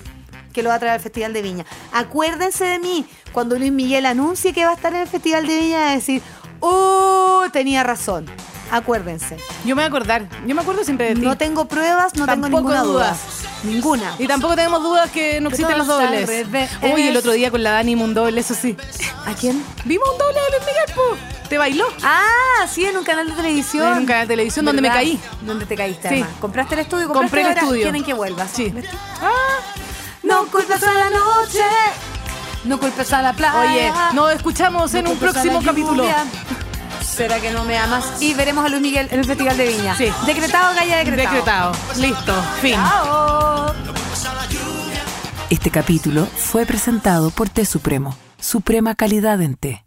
S2: que lo va a traer al Festival de Viña. Acuérdense de mí, cuando Luis Miguel anuncie que va a estar en el Festival de Viña, decir, ¡oh! Tenía razón. Acuérdense.
S3: Yo me voy a acordar. Yo me acuerdo siempre de ti.
S2: No tengo pruebas, no tengo
S3: Tampoco
S2: ninguna duda.
S3: dudas.
S2: Ninguna.
S3: Y tampoco tenemos dudas que no
S2: Que
S3: existen los
S2: todo está
S3: dobles.
S2: al revés.
S3: Uy, el otro día con la Dani un doble, eso sí.
S2: ¿A quién?
S3: Vimos un doble de Luis Miguel, po. Te bailó.
S2: Ah, sí, en un canal de televisión.
S3: En un canal de televisión donde me
S2: ¿Verdad?
S3: caí.
S2: Donde te caíste,
S3: Sí.
S2: además. Compraste el estudio, compraste
S3: Compré el
S2: ahora
S3: estudio.
S2: Quieren que vuelvas.
S3: Sí.
S2: No culpes a la noche. No culpes a la playa.
S3: Oye, nos escuchamos en un
S2: culpes a la
S3: próximo capítulo.
S2: lluvia. ¿Será que no me amas? Y veremos a Luis Miguel en el Festival de Viña.
S3: Sí.
S2: Decretado, Gaya, decretado.
S3: Decretado. Listo. Fin.
S2: Chao.
S5: Este capítulo fue presentado por Té Supremo, suprema calidad en té.